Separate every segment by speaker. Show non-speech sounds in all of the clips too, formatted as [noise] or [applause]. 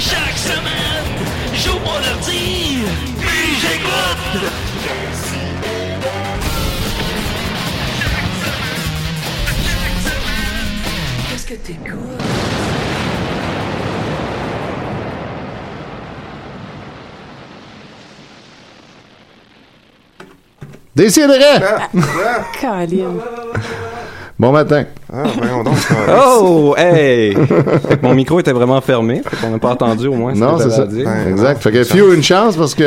Speaker 1: Chaque semaine, j'ouvre mon ordi, puis j'écoute. Qu'est-ce que t'écoutes?
Speaker 2: Déciderait!
Speaker 3: Ah,
Speaker 4: Caline.
Speaker 2: Ah, Bon matin.
Speaker 5: Ah, voyons donc. ça va.
Speaker 3: Oh,
Speaker 2: [laughs]
Speaker 3: hey! Fait que mon micro était vraiment fermé. On n'a pas entendu au moins. ce
Speaker 2: Non,
Speaker 3: que
Speaker 2: c'est
Speaker 3: t'avais
Speaker 2: ça.
Speaker 3: à dire.
Speaker 2: exact. Fait que Fio, une chance parce que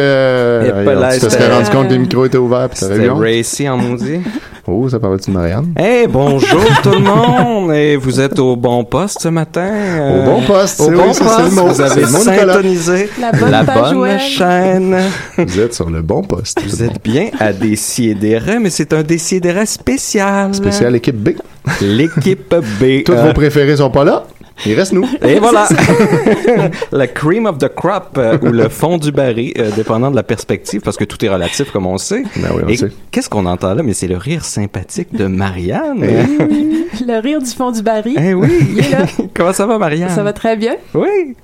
Speaker 3: Il y a
Speaker 2: euh,
Speaker 3: pas
Speaker 2: regarde,
Speaker 3: l'air,
Speaker 2: tu te
Speaker 3: c'était-
Speaker 2: serais rendu
Speaker 4: Euh,
Speaker 2: compte que les micros étaient ouverts puis t'aurais eu
Speaker 3: C'était
Speaker 2: honte.
Speaker 3: racy en maudit.
Speaker 2: Oh, ça parlait-tu de Marianne?
Speaker 3: Hey, Eh, bonjour
Speaker 4: [laughs]
Speaker 3: tout le monde! Et vous êtes au bon poste ce matin. euh,
Speaker 2: Au bon poste,
Speaker 3: Au
Speaker 2: c'est-
Speaker 3: bon
Speaker 2: oui,
Speaker 3: poste.
Speaker 2: c'est- c'est le mot.
Speaker 3: Vous avez
Speaker 2: C'est le mot, Nicolas.
Speaker 3: syntonisé
Speaker 4: La bonne page web.
Speaker 3: chaîne.
Speaker 2: Vous êtes sur le bon poste.
Speaker 3: Vous êtes bien à Décideret, mais c'est un Décideret spécial.
Speaker 2: Spécial équipe B.
Speaker 3: L'équipe
Speaker 2: [laughs]
Speaker 3: B.
Speaker 2: Tous vos préférés sont pas là. Il reste nous. [laughs]
Speaker 3: Et voilà! [laughs] la cream of the crop, euh, ou le fond du baril, euh, dépendant de la perspective, parce que tout est relatif, comme on sait.
Speaker 2: Ben oui, on
Speaker 3: Et
Speaker 2: sait.
Speaker 3: qu'est-ce qu'on entend là? Mais c'est le rire sympathique de Marianne.
Speaker 2: Eh,
Speaker 4: Le rire du fond du baril.
Speaker 3: Eh oui!
Speaker 4: Il est
Speaker 6: [laughs]
Speaker 4: là.
Speaker 3: Comment ça va, Marianne?
Speaker 4: Ça va très bien.
Speaker 3: Oui!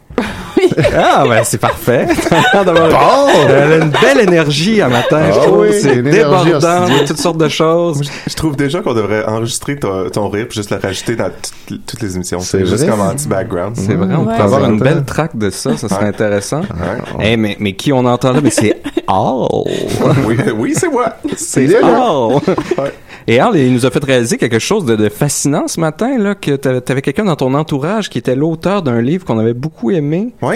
Speaker 3: ah, ben c'est parfait! T'as l'air d'avoir-
Speaker 2: Oh!
Speaker 3: Elle a une belle énergie à matin, je
Speaker 2: Ah
Speaker 3: trouve.
Speaker 2: oui,
Speaker 3: c'est
Speaker 2: une énergie en
Speaker 3: débordant
Speaker 2: studio.
Speaker 3: de toutes sortes de choses.
Speaker 5: Je trouve déjà qu'on devrait enregistrer ton, ton rire puis juste le rajouter dans toutes- toutes les émissions.
Speaker 2: C'est
Speaker 5: juste
Speaker 2: vrai.
Speaker 5: comme un petit background.
Speaker 6: Mm-hmm.
Speaker 3: C'est vrai, on
Speaker 4: Ouais.
Speaker 3: peut avoir une
Speaker 2: Exactement.
Speaker 3: belle track de ça, ça serait
Speaker 5: Ouais.
Speaker 3: intéressant.
Speaker 5: Ouais.
Speaker 3: Eh, mais, mais qui on entend là? Mais c'est All!
Speaker 5: Oui, oui c'est moi.
Speaker 3: C'est
Speaker 2: Il est là.
Speaker 3: Arl.
Speaker 5: Ouais.
Speaker 3: Et Arl, il nous a fait réaliser quelque chose de, de fascinant ce matin, là, que t'a- t'avais quelqu'un dans ton entourage qui était l'auteur d'un livre qu'on avait beaucoup aimé.
Speaker 5: Oui.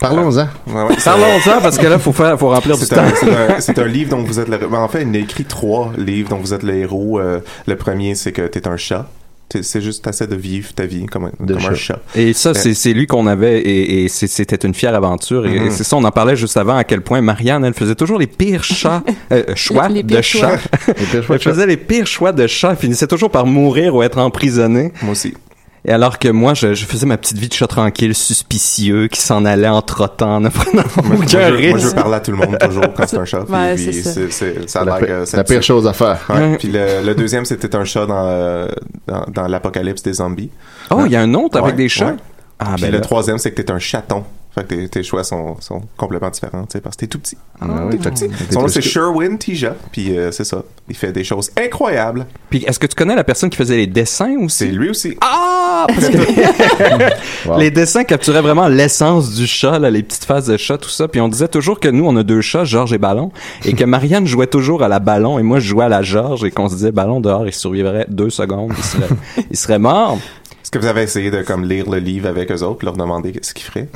Speaker 2: Parlons-en.
Speaker 5: Ouais, ouais, c'est-
Speaker 3: Parlons-en, parce que là, faut faire, faut remplir du
Speaker 5: C'est
Speaker 3: temps.
Speaker 5: un, c'est un- c'est un livre dont vous êtes le... ben, En fait, il a écrit trois livres dont vous êtes le héros. Euh, le premier, c'est que t'es un chat. T'es- C'est juste assez de vivre ta vie comme, un-
Speaker 2: De
Speaker 5: comme
Speaker 2: chat.
Speaker 5: un chat.
Speaker 3: Et ça, c'est c'est lui qu'on avait, et, et c'est- c'était une fière aventure. Et, et c'est ça, on en parlait juste avant à quel point Marianne, elle faisait toujours les pires chats,
Speaker 4: [laughs]
Speaker 3: euh, choix
Speaker 4: Les- les
Speaker 3: de
Speaker 4: pires choix.
Speaker 3: chats.
Speaker 2: Et puis, je vois
Speaker 3: Elle
Speaker 2: que-
Speaker 3: faisait les pires choix de chats, elle finissait toujours par mourir ou être emprisonnée.
Speaker 5: Moi aussi.
Speaker 3: Et alors que moi, je, je faisais ma petite vie de chat tranquille, suspicieux, qui s'en allait en trottant, ne prenant
Speaker 5: Moi, moi,
Speaker 3: [laughs] aucun
Speaker 5: je, moi, je
Speaker 3: risque.
Speaker 5: veux parler à tout le monde toujours quand c'est un chat. puis-
Speaker 4: Ouais,
Speaker 5: puis
Speaker 4: c'est ça.
Speaker 5: c'est- c'est- ça a
Speaker 2: La,
Speaker 5: l'air que
Speaker 2: pire-
Speaker 5: ça-
Speaker 2: la pire chose à faire.
Speaker 5: Ouais.
Speaker 3: Ouais.
Speaker 5: Puis le, le deuxième, c'était un chat dans, euh, dans, dans l'apocalypse des zombies.
Speaker 3: Oh, il y a un autre avec
Speaker 5: Ouais,
Speaker 3: des chats?
Speaker 5: ouais.
Speaker 3: Ah,
Speaker 5: Puis
Speaker 3: ben
Speaker 5: le
Speaker 3: là.
Speaker 5: troisième, c'est que t'es un chaton. Fait que tes, tes choix sont, sont complètement différents, tu sais, parce que t'es tout petit.
Speaker 3: Ah ouais,
Speaker 5: T'es tout petit.
Speaker 3: fait que-
Speaker 5: Son nom, c'est Sherwin Tija, puis euh, c'est ça. Il fait des choses incroyables.
Speaker 3: Puis est-ce que tu connais la personne qui faisait les dessins aussi?
Speaker 5: C'est lui aussi.
Speaker 3: Ah! Parce que- Les dessins capturaient vraiment l'essence du chat, là, les petites faces de chat, tout ça. Puis on disait toujours que nous, on a deux chats, Georges et Ballon, et que Marianne jouait toujours à la Ballon, et moi, je jouais à la Georges, et qu'on se disait, Ballon dehors, il survivrait deux secondes, il serait, il serait mort.
Speaker 5: Est-ce que vous avez essayé de comme lire le livre avec eux autres, puis leur demander ce qu'ils feraient?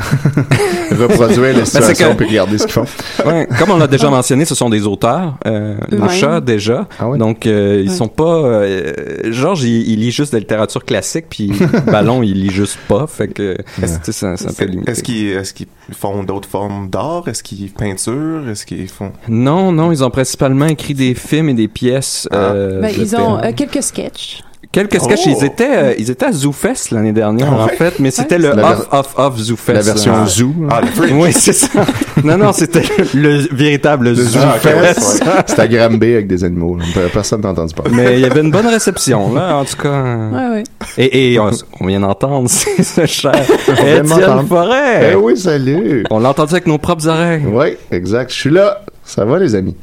Speaker 6: [laughs] Reproduire la
Speaker 3: Ben, c'est
Speaker 6: situation
Speaker 3: que-
Speaker 6: puis regarder ce qu'ils font.
Speaker 3: Ouais, comme on l'a déjà mentionné, ce sont des auteurs, euh,
Speaker 6: Eux-mêmes.
Speaker 3: les chats déjà.
Speaker 5: Ah
Speaker 3: Donc euh, ils
Speaker 4: Ouais.
Speaker 3: sont pas. euh, Georges, il, il lit juste de la littérature classique,
Speaker 5: [laughs]
Speaker 3: puis Ballon, il lit juste pas. Fait que tu sais, ça, ça peut limiter.
Speaker 5: Est-ce qu'ils est-ce qu'ils font d'autres formes d'art? Est-ce qu'ils peinturent? Est-ce qu'ils font...
Speaker 3: Non, non, ils ont principalement écrit des films et des
Speaker 5: Ah.
Speaker 3: pièces. euh,
Speaker 4: Ben,
Speaker 3: de
Speaker 4: ils ont
Speaker 3: théâtre.
Speaker 4: euh, quelques sketchs.
Speaker 3: Quelques sketchs,
Speaker 4: Oh!
Speaker 3: ils étaient, euh, ils étaient à ZooFest l'année dernière,
Speaker 4: Ah
Speaker 3: en
Speaker 4: ouais?
Speaker 3: fait, mais c'était
Speaker 4: Ouais.
Speaker 3: le
Speaker 4: La ver-
Speaker 3: off, off, off ZooFest.
Speaker 6: la version
Speaker 3: Ah.
Speaker 6: zoo, là.
Speaker 5: Ah, le fringe.
Speaker 3: Oui, c'est ça. Non, non, c'était le véritable
Speaker 6: Ah, ok, ouais,
Speaker 3: ZooFest.
Speaker 6: ouais. C'est à Granby avec des animaux. là. Personne n'a entendu parler.
Speaker 3: Mais il y avait une bonne réception, là, en tout cas.
Speaker 6: Ah.
Speaker 4: Ouais, ouais.
Speaker 3: Et, et on, on vient d'entendre, c'est ce cher
Speaker 6: vient de
Speaker 3: Étienne
Speaker 6: m'entendre.
Speaker 3: Forêt.
Speaker 6: Eh oui, salut.
Speaker 3: On l'a entendu avec nos propres oreilles.
Speaker 6: Oui, exact. Je suis là. Ça va, les amis?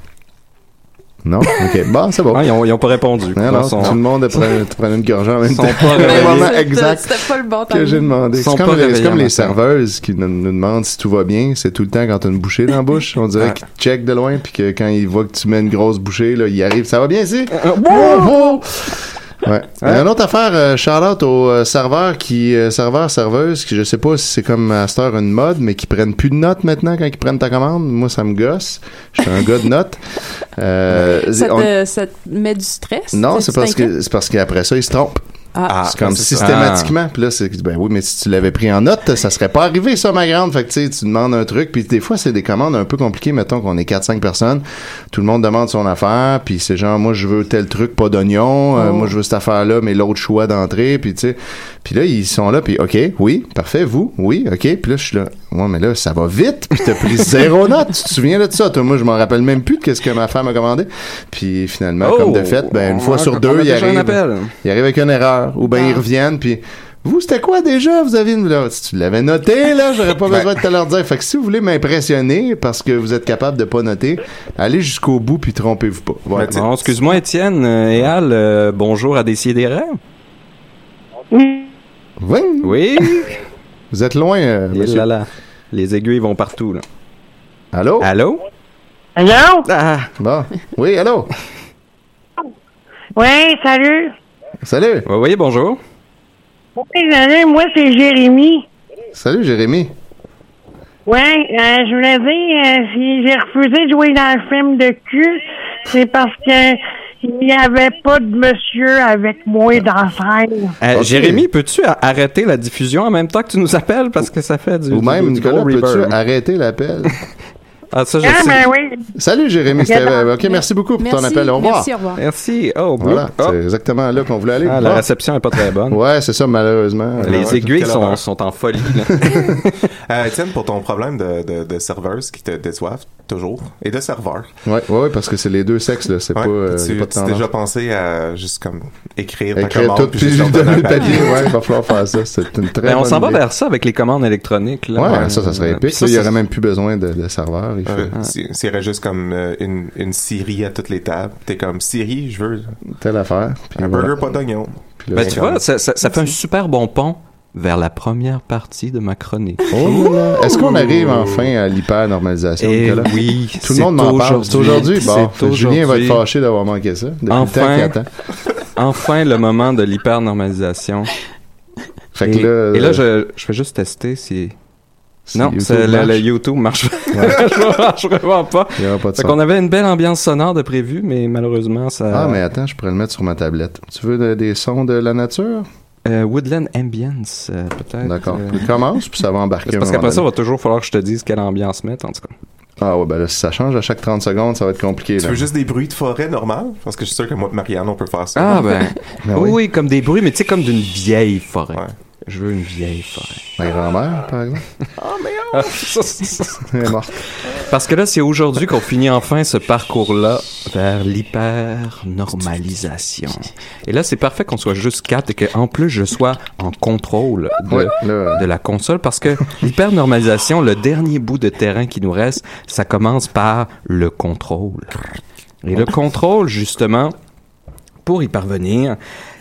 Speaker 6: Non? OK. Bon, c'est bon.
Speaker 3: ils, ont, pas répondu.
Speaker 6: Non, non,
Speaker 3: Ils sont-
Speaker 6: tout le monde prenait, prenait une gorgée en même
Speaker 3: sont
Speaker 6: temps.
Speaker 3: pas
Speaker 6: Le
Speaker 3: réveillés.
Speaker 6: moment
Speaker 3: C'était-
Speaker 6: exact
Speaker 4: C'était pas le bon
Speaker 6: que j'ai demandé.
Speaker 3: Ils
Speaker 6: C'est
Speaker 3: sont
Speaker 6: comme,
Speaker 3: pas
Speaker 6: les, c'est
Speaker 3: réveillés
Speaker 6: comme
Speaker 3: en
Speaker 6: les
Speaker 3: matin.
Speaker 6: serveuses qui nous, nous demandent si tout va bien. C'est tout le temps quand t'as une bouchée dans la bouche. On
Speaker 3: Ah.
Speaker 6: dirait qu'ils te checkent de loin, puis que quand ils voient que tu mets une grosse bouchée, là, ils arrivent. Ça va bien
Speaker 3: Euh,
Speaker 6: ici? Wow, wow. Ouais.
Speaker 3: Hein?
Speaker 6: Et Une autre affaire, euh, shout-out aux euh, serveurs qui, euh, serveurs, serveuses, qui je sais pas si c'est comme à cette heure une mode, mais qui prennent plus de notes maintenant quand ils prennent ta commande. Moi, ça me gosse. Je suis un gars de notes. Euh,
Speaker 4: Ça te,
Speaker 6: on-
Speaker 4: ça te met du stress?
Speaker 6: non,
Speaker 4: Tu-
Speaker 6: c'est
Speaker 4: tu
Speaker 6: parce
Speaker 4: t'inquiètes?
Speaker 6: que c'est parce qu'après ça, ils se trompent.
Speaker 4: Ah.
Speaker 6: c'est comme
Speaker 4: Ah, c'est ça.
Speaker 6: systématiquement. Puis là, c'est ben oui, mais si tu l'avais pris en note, ça serait pas arrivé, ça, ma grande. Fait que tu sais, tu demandes un truc. Puis des fois, c'est des commandes un peu compliquées. Mettons qu'on est 4-5 personnes. Tout le monde demande son affaire. Puis c'est genre, moi, je veux tel truc, pas d'oignon. Euh,
Speaker 4: Oh.
Speaker 6: moi, je veux cette affaire-là, mais l'autre choix d'entrée. Puis tu sais. Puis là, ils sont là. Puis OK, oui, parfait, vous, oui, OK. Puis là, je suis là. Ouais, mais là, ça va vite. Puis t'as pris zéro note. Tu te souviens là, de ça? Toi, moi, je m'en rappelle même plus de qu'est-ce que ma femme a commandé. Puis finalement,
Speaker 3: Oh!
Speaker 6: comme de fait, ben, une
Speaker 3: On
Speaker 6: fois
Speaker 3: a- on
Speaker 6: sur
Speaker 3: a
Speaker 6: deux, il
Speaker 3: déjà un
Speaker 6: arrive.
Speaker 3: appel.
Speaker 6: [laughs] Il arrive avec une erreur. Ou ben, bien ils
Speaker 4: Ah.
Speaker 6: reviennent, puis vous, c'était quoi déjà? Vous avez une. Là, si tu l'avais noté, là, j'aurais
Speaker 5: [laughs] Ben.
Speaker 6: pas besoin de te leur dire. Fait que si vous voulez m'impressionner parce que vous êtes capable de pas noter, allez jusqu'au bout puis trompez-vous pas.
Speaker 5: Ben,
Speaker 6: Voilà.
Speaker 3: Bon, excuse-moi, Étienne euh, et Al, euh, bonjour à Décideret.
Speaker 6: Oui.
Speaker 3: Oui.
Speaker 6: Vous êtes loin, euh,
Speaker 3: Et
Speaker 6: [laughs] monsieur.
Speaker 3: là, là, Les aiguilles vont partout, là.
Speaker 6: Allô?
Speaker 3: Allô? Ah.
Speaker 7: Allô?
Speaker 6: Bon. Oui, allô?
Speaker 7: Oui, salut.
Speaker 6: Salut.
Speaker 3: Oui, oui, bonjour.
Speaker 7: Oui, salut, Eh, moi c'est Jérémy.
Speaker 6: Salut, Jérémy.
Speaker 7: Oui, je voulais dire, euh, si j'ai refusé de jouer dans le film de cul, c'est parce que il n'y avait pas de monsieur avec moi dans la scène.
Speaker 3: Euh, Jérémy, peux-tu a- arrêter la diffusion en même temps que tu nous appelles parce que ça fait du.
Speaker 6: Ou
Speaker 3: du-
Speaker 6: même,
Speaker 3: du
Speaker 6: Nicolas,
Speaker 3: gros
Speaker 6: peux-tu
Speaker 3: reverb.
Speaker 6: arrêter l'appel?
Speaker 8: [laughs]
Speaker 3: Ah, ça, je
Speaker 7: Ah,
Speaker 3: sais.
Speaker 7: ben oui.
Speaker 6: Salut, Jérémy. c'était- OK, merci beaucoup pour ton appel. Au revoir.
Speaker 3: Merci. Oh,
Speaker 6: Voilà,
Speaker 3: bloop. Oh.
Speaker 6: c'est exactement là qu'on voulait aller.
Speaker 3: Ah, la
Speaker 6: Bon.
Speaker 3: réception n'est pas très bonne.
Speaker 6: Ouais, c'est ça, malheureusement.
Speaker 3: Les
Speaker 6: Ouais,
Speaker 3: aiguilles
Speaker 6: quelle
Speaker 3: sont,
Speaker 6: horreur.
Speaker 3: sont en folie.
Speaker 5: Euh, Étienne, pour ton problème de, de, de serveuses qui te déçoivent toujours, et de serveurs,
Speaker 6: Ouais, ouais, ouais, parce que c'est les deux sexes, là. C'est
Speaker 5: Ouais,
Speaker 6: pas. euh, y a
Speaker 5: tu
Speaker 6: pas de
Speaker 5: tu
Speaker 6: tendance.
Speaker 5: déjà pensé à juste comme écrire, ta
Speaker 6: Écrire
Speaker 5: commande,
Speaker 6: tout,
Speaker 5: puis
Speaker 6: puis
Speaker 5: juste
Speaker 6: lui
Speaker 5: leur
Speaker 6: [laughs] donner
Speaker 5: donner
Speaker 6: le
Speaker 5: un
Speaker 6: papier. Ouais, il va falloir faire ça. C'est une [laughs] très
Speaker 3: Ben, on
Speaker 6: bonne
Speaker 3: s'en va
Speaker 6: idée.
Speaker 3: vers ça avec les commandes électroniques. Là.
Speaker 6: Ouais, ça, ça serait
Speaker 3: Puis
Speaker 6: épique.
Speaker 3: ça,
Speaker 6: là, il n'y
Speaker 3: ça-
Speaker 6: aurait même plus besoin de, de serveur. Il
Speaker 5: Euh,
Speaker 6: fait
Speaker 5: si- S'il y aurait juste comme euh, une, une Siri à toutes les tables, t'es comme Siri, je veux
Speaker 6: telle affaire. Puis
Speaker 5: un
Speaker 6: voilà.
Speaker 5: burger pas d'oignon.
Speaker 6: là,
Speaker 3: Ben,
Speaker 5: c'est
Speaker 3: tu vois,
Speaker 5: comme-
Speaker 3: ça, ça- ça fait un super bon pont vers la première partie de ma chronique.
Speaker 6: Oh là là. Est-ce qu'on arrive enfin à l'hyper-normalisation,
Speaker 3: Eh
Speaker 6: Nicolas?
Speaker 3: oui,
Speaker 6: Tout
Speaker 3: c'est
Speaker 6: le monde m'en parle. C'est aujourd'hui.
Speaker 3: aujourd'hui.
Speaker 6: Bon,
Speaker 3: C'est
Speaker 6: Julien va être
Speaker 3: aujourd'hui.
Speaker 6: fâché d'avoir manqué ça. Depuis le temps
Speaker 3: Enfin,
Speaker 6: qu'il attend.
Speaker 3: enfin le moment de l'hyper-normalisation.
Speaker 6: Fait
Speaker 3: et,
Speaker 6: que là, euh,
Speaker 3: et là, je, je vais juste tester si...
Speaker 6: Si
Speaker 3: non,
Speaker 6: YouTube
Speaker 3: c'est le,
Speaker 6: marche.
Speaker 3: le YouTube marche. [laughs] je marche vraiment pas.
Speaker 6: Il y aura pas de
Speaker 3: Fait
Speaker 6: son.
Speaker 3: qu'on avait une belle ambiance sonore de prévu, mais malheureusement, ça...
Speaker 6: Ah, mais attends, je pourrais le mettre sur ma tablette. Tu veux de- des sons de la nature?
Speaker 3: Euh, Woodland Ambience, euh, peut-être.
Speaker 6: D'accord.
Speaker 3: euh.
Speaker 6: Il Commence, puis ça va embarquer.
Speaker 3: C'est
Speaker 6: à un
Speaker 3: parce
Speaker 6: moment
Speaker 3: qu'après ça,
Speaker 6: donné.
Speaker 3: il va toujours falloir que je te dise quelle ambiance mettre, en tout cas.
Speaker 6: Ah ouais, ben là, si ça change à chaque 30 secondes, ça va être compliqué.
Speaker 5: Tu
Speaker 6: là.
Speaker 5: veux juste des bruits de forêt normal? Parce que je suis sûr que moi et Marianne, on peut faire ça.
Speaker 3: Ah [laughs] ben,
Speaker 6: Ben
Speaker 3: oui.
Speaker 6: oui.
Speaker 3: oui, comme des bruits, mais tu sais, comme d'une vieille forêt.
Speaker 5: Je veux une
Speaker 3: [laughs]
Speaker 5: vieille femme. Ma grand-mère, par exemple. Elle est morte.
Speaker 6: Parce que là, c'est aujourd'hui qu'on finit enfin ce parcours-là vers l'hyper-normalisation. Et là, c'est parfait qu'on soit juste quatre et qu'en plus, je sois en contrôle de,
Speaker 5: Ouais,
Speaker 6: de la console parce que l'hyper-normalisation, le dernier bout de terrain qui nous reste, ça commence par le contrôle. Et le contrôle, justement, pour y parvenir,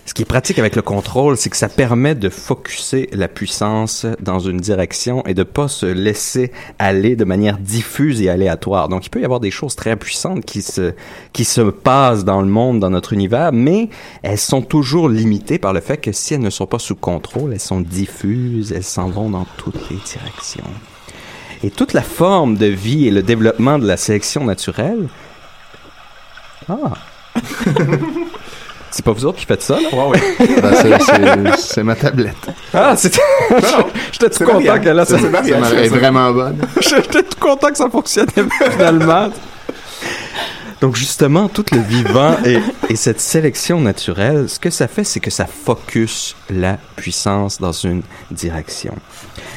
Speaker 6: ce qui est pratique avec le contrôle, c'est que ça permet de focuser la puissance dans une direction et de pas se laisser aller de manière diffuse et aléatoire. Donc, il peut y avoir des choses très puissantes qui se, qui se passent dans le monde, dans notre univers, mais elles sont toujours limitées par le fait que si elles ne sont pas sous contrôle, elles sont diffuses, elles s'en vont dans toutes les directions. Et toute la forme de vie et le développement de la sélection naturelle. Ah! C'est pas vous autres qui faites ça, là? [laughs]
Speaker 5: Ben, c'est- c'est- c'est ma tablette.
Speaker 6: Ah, c'est. [laughs] J'étais tout
Speaker 5: C'est
Speaker 6: content
Speaker 5: Marianne.
Speaker 6: que là, ça.
Speaker 5: C'est Marianne.
Speaker 6: [laughs]
Speaker 5: Elle est vraiment bonne.
Speaker 6: J'étais tout content que ça fonctionnait finalement. Donc justement, tout le vivant et, et cette sélection naturelle, ce que ça fait, c'est que ça focus la puissance dans une direction.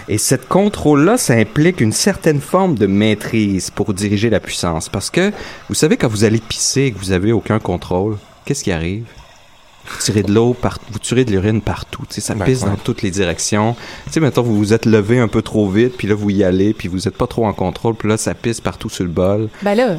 Speaker 6: Et cette contrôle-là, ça implique une certaine forme de maîtrise pour diriger la puissance. Parce que, vous savez, quand vous allez pisser et que vous avez aucun contrôle, qu'est-ce qui arrive? Vous tirez de l'eau, par- vous tirez de l'urine partout. Tu sais, ça
Speaker 8: Ben,
Speaker 6: pisse dans
Speaker 8: ouais.
Speaker 6: toutes les directions. Tu sais, mettons, vous vous êtes levé un peu trop vite, puis là, vous y allez, puis vous n'êtes pas trop en contrôle, puis là, ça pisse partout sur le bol.
Speaker 4: Ben là,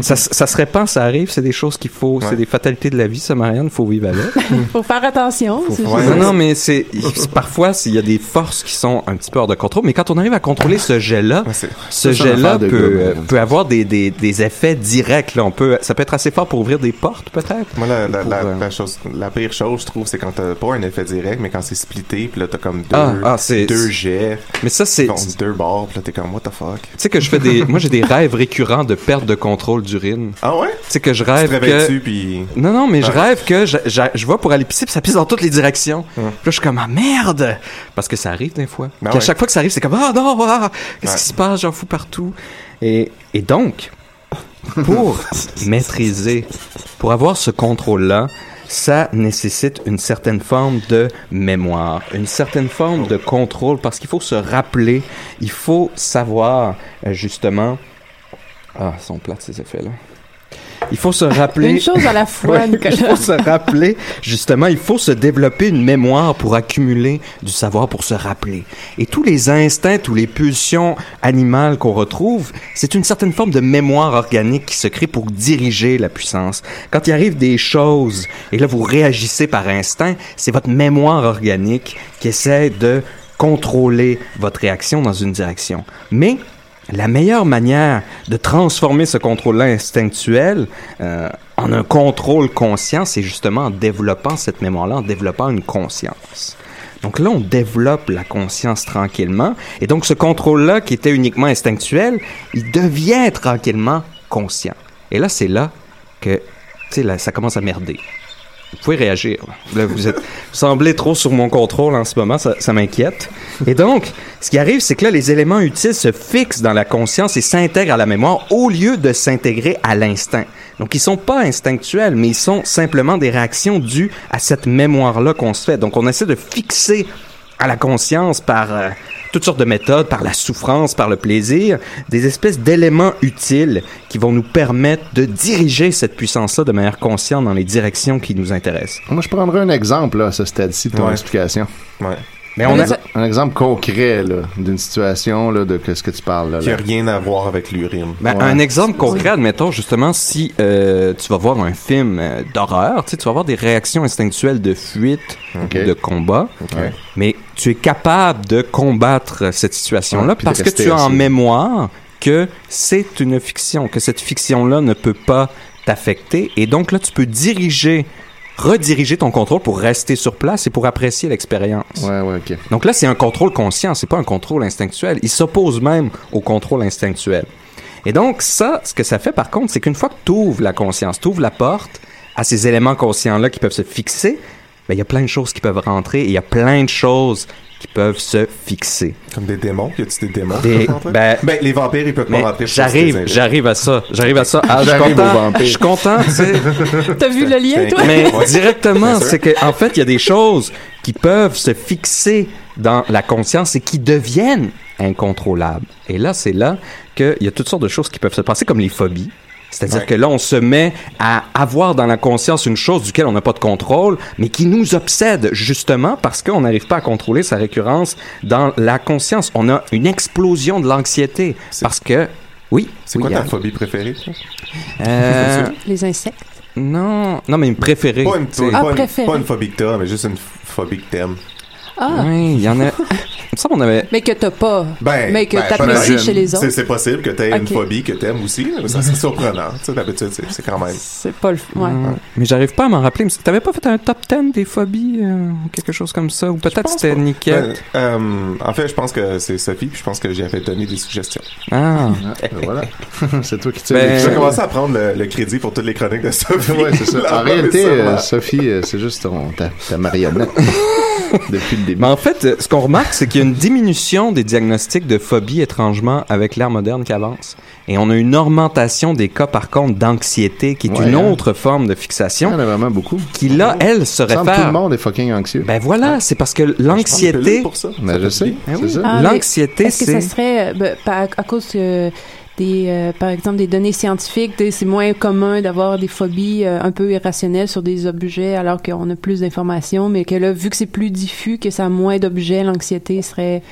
Speaker 6: Ça, s- ça se répand, ça arrive, c'est des choses qu'il faut, c'est des fatalités de la vie, ça, Marianne, faut vivre avec.
Speaker 4: [laughs] faut faire attention. c'est juste-
Speaker 6: Non, non, mais c'est c'est- parfois s'il y a des forces qui sont un petit peu hors de contrôle, mais quand on arrive à contrôler ce jet-là, ce
Speaker 5: c'est ça,
Speaker 6: jet-là
Speaker 5: l'affaire de
Speaker 6: peut,
Speaker 5: Gobe,
Speaker 6: euh,
Speaker 5: là.
Speaker 6: peut avoir des, des, des effets directs. Là. On peut, ça peut être assez fort pour ouvrir des portes, peut-être.
Speaker 8: [laughs] Moi, la, la, la,
Speaker 5: euh,
Speaker 8: la chose, la pire chose, je trouve, c'est quand t'as pas un effet direct, mais quand c'est splitté, puis là, t'as comme deux,
Speaker 6: Ah, ah, c'est-
Speaker 8: deux
Speaker 6: c'est-
Speaker 8: jets.
Speaker 6: Mais ça, c'est.
Speaker 8: deux bords, puis là, t'es comme, what the fuck.
Speaker 6: Tu sais que je fais des. Moi, j'ai des rêves récurrents de perte de contrôle d'urine.
Speaker 8: Ah ouais?
Speaker 6: Tu sais que je rêve.
Speaker 8: Tu te
Speaker 6: que...
Speaker 8: réveilles-tu, puis-
Speaker 6: Non, non, mais je
Speaker 8: Ah.
Speaker 6: rêve que je, je, je vais pour aller pisser, puis ça pisse [laughs] dans toutes les directions. Puis là, je suis comme, ah merde! Parce que ça arrive des fois.
Speaker 8: Ben
Speaker 6: Puis à
Speaker 8: ouais.
Speaker 6: chaque fois que ça arrive, c'est comme, ah non, ah, qu'est-ce
Speaker 8: Ouais.
Speaker 6: qui se passe? J'en fous partout. Et, et donc, [laughs] pour maîtriser, pour avoir ce contrôle-là, ça nécessite une certaine forme de mémoire, une certaine forme de contrôle, parce qu'il faut se rappeler, il faut savoir euh, justement... Ah, ils sont plates ces effets-là. Il faut se rappeler...
Speaker 4: Une chose à la fois, [laughs]
Speaker 6: Ouais,
Speaker 4: Nicolas.
Speaker 6: [laughs] Il faut se rappeler, justement, il faut se développer une mémoire pour accumuler du savoir, pour se rappeler. Et tous les instincts, tous les pulsions animales qu'on retrouve, c'est une certaine forme de mémoire organique qui se crée pour diriger la puissance. Quand il arrive des choses, et là vous réagissez par instinct, c'est votre mémoire organique qui essaie de contrôler votre réaction dans une direction. Mais la meilleure manière de transformer ce contrôle-là instinctuel euh, en un contrôle conscient, c'est justement en développant cette mémoire-là, en développant une conscience. Donc là, on développe la conscience tranquillement, et donc ce contrôle-là, qui était uniquement instinctuel, il devient tranquillement conscient. Et là, c'est là que, tu sais, là, ça commence à merder. Vous pouvez réagir. Là, vous, êtes, vous semblez trop sur mon contrôle en ce moment, ça, ça m'inquiète. Et donc, ce qui arrive, c'est que là, les éléments utiles se fixent dans la conscience et s'intègrent à la mémoire au lieu de s'intégrer à l'instinct. Donc, ils sont pas instinctuels, mais ils sont simplement des réactions dues à cette mémoire-là qu'on se fait. Donc, on essaie de fixer à la conscience par euh, toutes sortes de méthodes, par la souffrance, par le plaisir, des espèces d'éléments utiles qui vont nous permettre de diriger cette puissance-là de manière consciente dans les directions qui nous intéressent.
Speaker 5: Moi, je prendrais un exemple là, à ce stade-ci de ton
Speaker 6: Ouais.
Speaker 5: explication.
Speaker 6: Mais on
Speaker 5: un,
Speaker 6: a-
Speaker 5: ex- un exemple concret là, d'une situation là, de que- ce que tu parles. Là,
Speaker 8: Qui a
Speaker 5: là.
Speaker 8: rien à voir avec l'urine.
Speaker 6: Ben, Un exemple concret, admettons justement, si euh, tu vas voir un film euh, d'horreur, tu sais, tu vas avoir des réactions instinctuelles de fuite, ou de combat, mais tu es capable de combattre cette situation-là
Speaker 8: Ouais, puis de
Speaker 6: parce que
Speaker 8: rester
Speaker 6: tu as en
Speaker 8: assis.
Speaker 6: mémoire que c'est une fiction, que cette fiction-là ne peut pas t'affecter, et donc là, tu peux diriger rediriger ton contrôle pour rester sur place et pour apprécier l'expérience. Donc là, c'est un contrôle conscient, c'est pas un contrôle instinctuel. Il s'oppose même au contrôle instinctuel. Et donc ça, ce que ça fait par contre, c'est qu'une fois que tu ouvres la conscience, tu ouvres la porte à ces éléments conscients-là qui peuvent se fixer, ben, il y a plein de choses qui peuvent rentrer et il y a plein de choses qui peuvent se fixer.
Speaker 8: Comme des démons, y a-tu des démons?
Speaker 6: Des-
Speaker 8: qui peuvent rentrer?
Speaker 6: ben-
Speaker 8: Ben, les vampires, ils peuvent
Speaker 6: Mais
Speaker 8: pas rentrer. parce que c'est des
Speaker 6: j'arrive,
Speaker 8: invités.
Speaker 6: j'arrive à ça, j'arrive à ça. Ah, je suis
Speaker 8: J'arrive aux
Speaker 6: content,
Speaker 8: vampires.
Speaker 6: je suis content, tu sais.
Speaker 4: T'as vu le lien, toi?
Speaker 6: Mais
Speaker 4: Ouais.
Speaker 6: directement, c'est que en fait, il y a des choses
Speaker 3: qui peuvent se fixer dans la conscience et qui deviennent incontrôlables. Et là, c'est là qu'il y a toutes sortes de choses qui peuvent se passer, comme les phobies. C'est-à-dire
Speaker 9: Ouais.
Speaker 3: que là, on se met à avoir dans la conscience une chose duquel on n'a pas de contrôle, mais qui nous obsède justement parce qu'on n'arrive pas à contrôler sa récurrence dans la conscience. On a une explosion de l'anxiété parce que... Oui.
Speaker 10: C'est quoi ta phobie préférée? ça?
Speaker 4: Ah,
Speaker 3: Euh,
Speaker 4: Les insectes.
Speaker 3: Non, non, mais une préférée.
Speaker 10: Pas une,
Speaker 3: tu sais.
Speaker 10: pas une- pas une phobie que t'as, mais juste une phobie que t'aimes.
Speaker 4: Ah.
Speaker 3: Oui, il y en a. Il me semble qu'on avait.
Speaker 4: Mais que t'as pas.
Speaker 5: Eh,
Speaker 10: Ben,
Speaker 4: mais que
Speaker 10: ben,
Speaker 4: t'apprécies
Speaker 10: j'imagine.
Speaker 4: chez les
Speaker 10: C'est-
Speaker 4: autres.
Speaker 10: C'est possible que tu aies une
Speaker 4: Ok.
Speaker 10: phobie que tu aimes aussi, là, mais ça c'est surprenant. Tu sais, d'habitude, c'est c'est quand même.
Speaker 4: C'est pas le. Ouais.
Speaker 3: Hum, Mais j'arrive pas à m'en rappeler. Mais T'avais pas fait un top 10 des phobies euh, ou quelque chose comme ça Ou peut-être c'était
Speaker 10: Ben,
Speaker 3: nickel.
Speaker 10: euh, en fait, je pense que c'est Sophie, puis je pense que j'avais donné des
Speaker 5: [laughs]
Speaker 10: suggestions.
Speaker 3: Ah. ben,
Speaker 10: voilà. c'est toi qui
Speaker 5: tires
Speaker 6: Ben,
Speaker 5: les
Speaker 10: Je vais
Speaker 5: critiques.
Speaker 10: commencer à prendre le, le crédit pour toutes les chroniques de Sophie.
Speaker 5: Ouais,
Speaker 10: [laughs]
Speaker 5: c'est ça.
Speaker 10: Là,
Speaker 5: En réalité, euh,
Speaker 10: nécessairement.
Speaker 5: Sophie, euh, c'est juste ton, ta,
Speaker 10: [laughs]
Speaker 5: ta marionnette.
Speaker 3: Depuis le début. Mais en fait, euh, ce qu'on remarque, c'est qu'il y a une diminution des diagnostics de phobie étrangement avec l'ère moderne qui avance. Et on a une augmentation des cas, par contre, d'anxiété, qui est
Speaker 5: Ouais,
Speaker 3: une
Speaker 5: hein.
Speaker 3: autre forme de fixation.
Speaker 5: Il y en a vraiment beaucoup.
Speaker 6: Ben,
Speaker 3: Qui là, elle, se
Speaker 5: Semble
Speaker 3: réfère.
Speaker 5: Tout le monde est fucking anxieux.
Speaker 3: Ben voilà, c'est parce que l'anxiété.
Speaker 5: Ben, je sais. c'est ça.
Speaker 4: Ah, mais
Speaker 3: L'anxiété,
Speaker 4: Est-ce que
Speaker 3: c'est-
Speaker 4: ça serait euh, ben, par- à cause que des, euh, par exemple, des données scientifiques, des- c'est moins commun d'avoir des phobies euh, un peu irrationnelles sur des objets alors qu'on a plus d'informations, mais que là, vu que c'est plus diffus, que ça a moins d'objets, l'anxiété serait...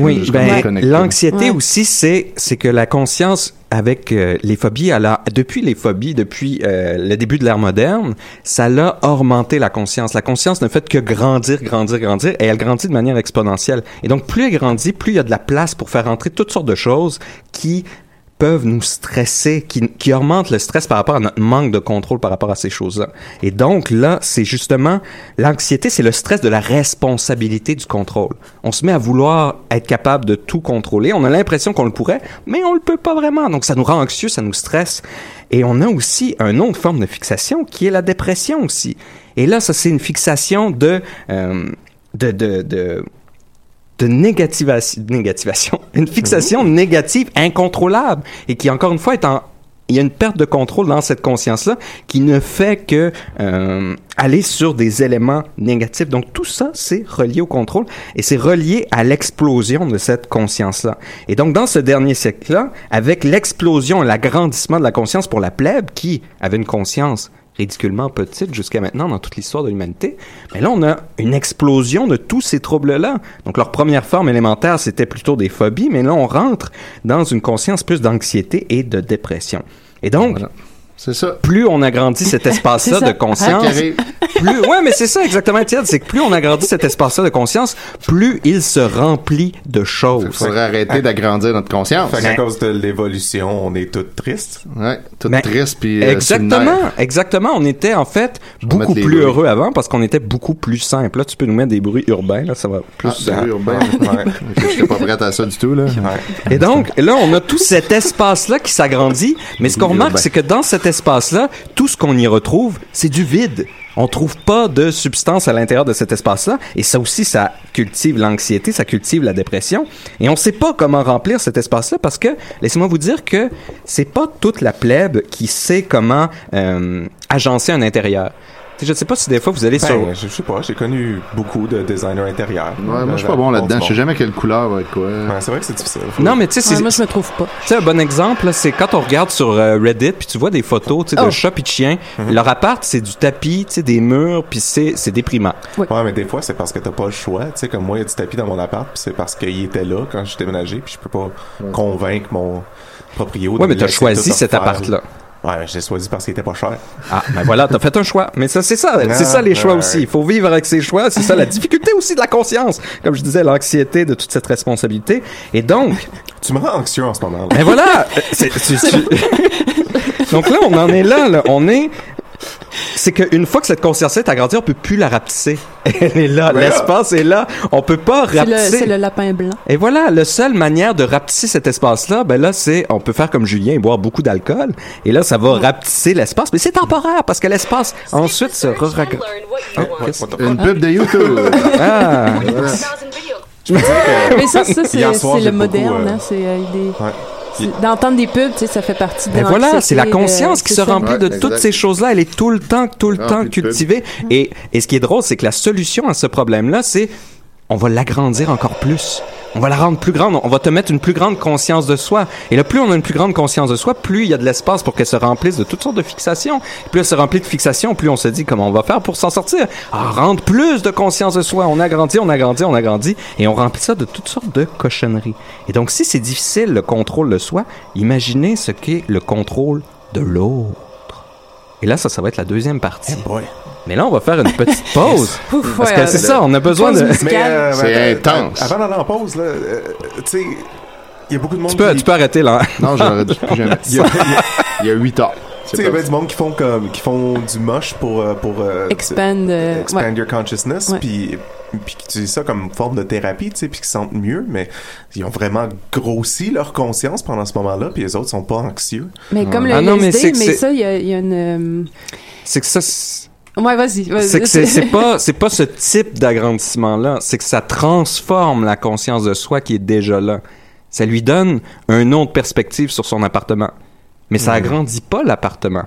Speaker 3: Oui,
Speaker 5: juste
Speaker 3: ben,
Speaker 5: connecté.
Speaker 3: l'anxiété
Speaker 4: Ouais.
Speaker 3: aussi, c'est c'est que la conscience avec euh, les phobies, elle a- depuis les phobies, depuis euh, le début de l'ère moderne, ça l'a augmenté la conscience. La conscience ne fait que grandir, grandir, grandir, et elle grandit de manière exponentielle. Et donc, plus elle grandit, plus il y a de la place pour faire entrer toutes sortes de choses qui peuvent nous stresser, qui, qui augmentent le stress par rapport à notre manque de contrôle par rapport à ces choses-là. Et donc là, c'est justement l'anxiété, c'est le stress de la responsabilité du contrôle. On se met à vouloir être capable de tout contrôler. On a l'impression qu'on le pourrait, mais on le peut pas vraiment. Donc ça nous rend anxieux, ça nous stresse. Et on a aussi une autre forme de fixation qui est la dépression aussi. Et là, ça c'est une fixation de euh, de, de, de de négativation, négativation [laughs] une fixation
Speaker 4: Mmh.
Speaker 3: négative incontrôlable et qui encore une fois est en il y a une perte de contrôle dans cette conscience-là qui ne fait que euh, aller sur des éléments négatifs. Donc tout ça, c'est relié au contrôle et c'est relié à l'explosion de cette conscience-là. Et donc dans ce dernier siècle-là, avec l'explosion et l'agrandissement de la conscience pour la plèbe qui avait une conscience [laughs] ridiculement petite jusqu'à maintenant dans toute l'histoire de l'humanité. Mais là, on a une explosion de tous ces troubles-là. Donc, leur première forme élémentaire, c'était plutôt des phobies, mais là, on rentre dans une conscience plus d'anxiété et de dépression. Et donc, plus on agrandit
Speaker 5: [laughs]
Speaker 3: cet espace-là
Speaker 5: C'est ça.
Speaker 3: de conscience,
Speaker 5: Ah, carré.
Speaker 3: plus, ouais, mais c'est ça exactement, Étienne, c'est que plus on agrandit cet espace-là de conscience, plus il se remplit de choses. Il
Speaker 5: faudrait arrêter d'agrandir notre
Speaker 3: Ah,
Speaker 5: conscience.
Speaker 10: Fait qu'à
Speaker 3: ben.
Speaker 10: cause de l'évolution, on est tous tristes.
Speaker 5: Ouais, tout triste puis euh, sur le
Speaker 3: Ben, Exactement,
Speaker 5: nerf.
Speaker 3: exactement. On était en fait beaucoup
Speaker 5: mettre les
Speaker 3: plus
Speaker 5: bruits.
Speaker 3: heureux avant parce qu'on était beaucoup plus simple. Là, tu peux nous mettre des bruits urbains, là, ça va plus.
Speaker 5: Ah, des
Speaker 10: ben,
Speaker 5: bruits urbains. [laughs] Je suis pas prête à ça du tout, là.
Speaker 3: Et donc, là, on a tout cet espace-là qui s'agrandit, mais ce qu'on remarque, c'est que dans cet espace-là, tout ce qu'on y retrouve, c'est du vide. On trouve pas de substance à l'intérieur de cet espace-là, et ça aussi, ça cultive l'anxiété, ça cultive la dépression, et on sait pas comment remplir cet espace-là parce que, laissez-moi vous dire que c'est pas toute la plèbe qui sait comment euh, agencer un intérieur. Tu sais, Je ne sais pas si des fois vous allez
Speaker 10: Ben,
Speaker 3: sur...
Speaker 10: je sais pas, j'ai connu beaucoup de designers intérieurs.
Speaker 5: Ouais, moi, je suis pas bon là-dedans. Je sais jamais quelle couleur va être quoi.
Speaker 10: c'est vrai que c'est difficile.
Speaker 3: Non, mais tu sais, c'est-
Speaker 4: je me trouve pas.
Speaker 3: Tu sais, un bon exemple, là, c'est quand on regarde sur euh, Reddit, puis tu vois des photos tu sais, de
Speaker 10: Oh.
Speaker 3: chats et de chiens. Leur appart, c'est du tapis, tu sais, des murs, puis c'est c'est déprimant.
Speaker 10: Ouais, mais des fois, c'est parce que t'as pas le choix. Tu sais, comme moi, il y a du tapis dans mon appart, puis c'est parce qu'il était là quand j'ai déménagé, puis je peux pas convaincre mon proprio. de
Speaker 3: Ouais, mais
Speaker 10: me
Speaker 3: t'as
Speaker 10: laisser
Speaker 3: choisi
Speaker 10: tout
Speaker 3: cet
Speaker 10: refaire.
Speaker 3: appart-là.
Speaker 10: Ouais, j'ai choisi parce qu'il était pas cher.
Speaker 3: Ah, ben voilà, t'as fait un choix. Mais ça, c'est ça, c'est ça les choix aussi. Il faut vivre avec ses choix. C'est ça
Speaker 10: [laughs]
Speaker 3: la difficulté aussi de la conscience. Comme je disais, l'anxiété de toute cette responsabilité. Et donc.
Speaker 10: Tu me rends anxieux en ce moment.
Speaker 3: Ben
Speaker 10: [laughs]
Speaker 3: voilà! Euh, c'est- [laughs] tu- tu- donc là, on en est là, là. On est. C'est qu'une fois que cette conscience est agrandie, on peut plus la rapetisser. Elle est là,
Speaker 4: Ouais.
Speaker 3: l'espace est là. On peut pas
Speaker 4: C'est le,
Speaker 3: rapetisser.
Speaker 4: c'est le lapin blanc.
Speaker 3: Et voilà, la seule manière de rapetisser cet espace-là, ben là, c'est, on peut faire comme Julien et boire beaucoup d'alcool. Et là, ça va rapetisser l'espace, mais c'est temporaire parce que l'espace, ensuite, se re
Speaker 5: Une pub de YouTube.
Speaker 3: Ah.
Speaker 5: Voilà.
Speaker 4: Mais ça, ça c'est
Speaker 10: Hier soir,
Speaker 4: c'est
Speaker 10: j'ai
Speaker 4: le
Speaker 10: beaucoup,
Speaker 4: moderne.
Speaker 10: euh,
Speaker 4: hein, c'est euh, des-
Speaker 10: Ouais.
Speaker 4: c'est- d'entendre des pubs, tu sais, ça fait partie de
Speaker 3: Ben voilà, c'est la
Speaker 4: l'anxiété,
Speaker 3: conscience
Speaker 4: euh,
Speaker 3: qui
Speaker 4: c'est
Speaker 3: se
Speaker 4: ça.
Speaker 3: remplit de toutes ces choses-là. Elle est tout le temps, tout le
Speaker 4: Remplie
Speaker 3: temps
Speaker 4: de pubs.
Speaker 3: cultivée. Et, et ce qui est drôle, c'est que la solution à ce problème-là, c'est on va l'agrandir encore plus. On va la rendre plus grande. On va te mettre une plus grande conscience de soi. Et là, plus on a une plus grande conscience de soi, plus il y a de l'espace pour qu'elle se remplisse de toutes sortes de fixations. Plus elle se remplit de fixations, plus on se dit comment on va faire pour s'en sortir. Ah, rendre plus de conscience de soi. On agrandit, on agrandit, on agrandit. Et on remplit ça de toutes sortes de cochonneries. Et donc, si c'est difficile le contrôle de soi, imaginez ce qu'est le contrôle de l'autre. Et là, ça, ça va être la deuxième partie. Mais là, on va faire une [laughs] petite pause.
Speaker 10: Ouf,
Speaker 3: parce
Speaker 10: ouais,
Speaker 3: que
Speaker 10: euh,
Speaker 3: c'est
Speaker 10: le-
Speaker 3: ça, on a besoin de.
Speaker 10: Mais, euh, euh,
Speaker 3: intense.
Speaker 10: Avant d'aller en pause, là, euh, tu sais, il y a beaucoup de
Speaker 3: [laughs]
Speaker 10: monde
Speaker 3: Tu peux,
Speaker 10: qui...
Speaker 3: tu peux arrêter là.
Speaker 10: Non, j'arrête plus jamais. [laughs] Il y a-
Speaker 5: Il y a 8 heures.
Speaker 10: Tu sais, il y a bien du monde qui font, comme, qui font du moche pour... euh, pour euh,
Speaker 4: Expand, euh,
Speaker 10: expand
Speaker 4: ouais.
Speaker 10: your consciousness,
Speaker 4: Ouais.
Speaker 10: puis puis qui utilisent ça comme forme de thérapie, tu sais, puis qui se sentent mieux, mais ils ont vraiment grossi
Speaker 3: [laughs]
Speaker 10: leur conscience pendant ce moment-là, puis les autres sont pas anxieux.
Speaker 4: Mais comme le
Speaker 3: Ah non, mais
Speaker 4: mais,
Speaker 3: c'est que
Speaker 4: mais
Speaker 3: c'est-
Speaker 4: ça, il y a, il y a une...
Speaker 3: C'est que ça. c'est-
Speaker 4: euh, Ouais, vas-y. vas-y.
Speaker 3: C'est que c'est c'est pas, c'est pas ce type d'agrandissement-là. C'est que ça transforme la conscience de soi qui est déjà là. Ça lui donne un autre perspective sur son appartement. Mais ça
Speaker 11: Mhm.
Speaker 3: agrandit pas l'appartement.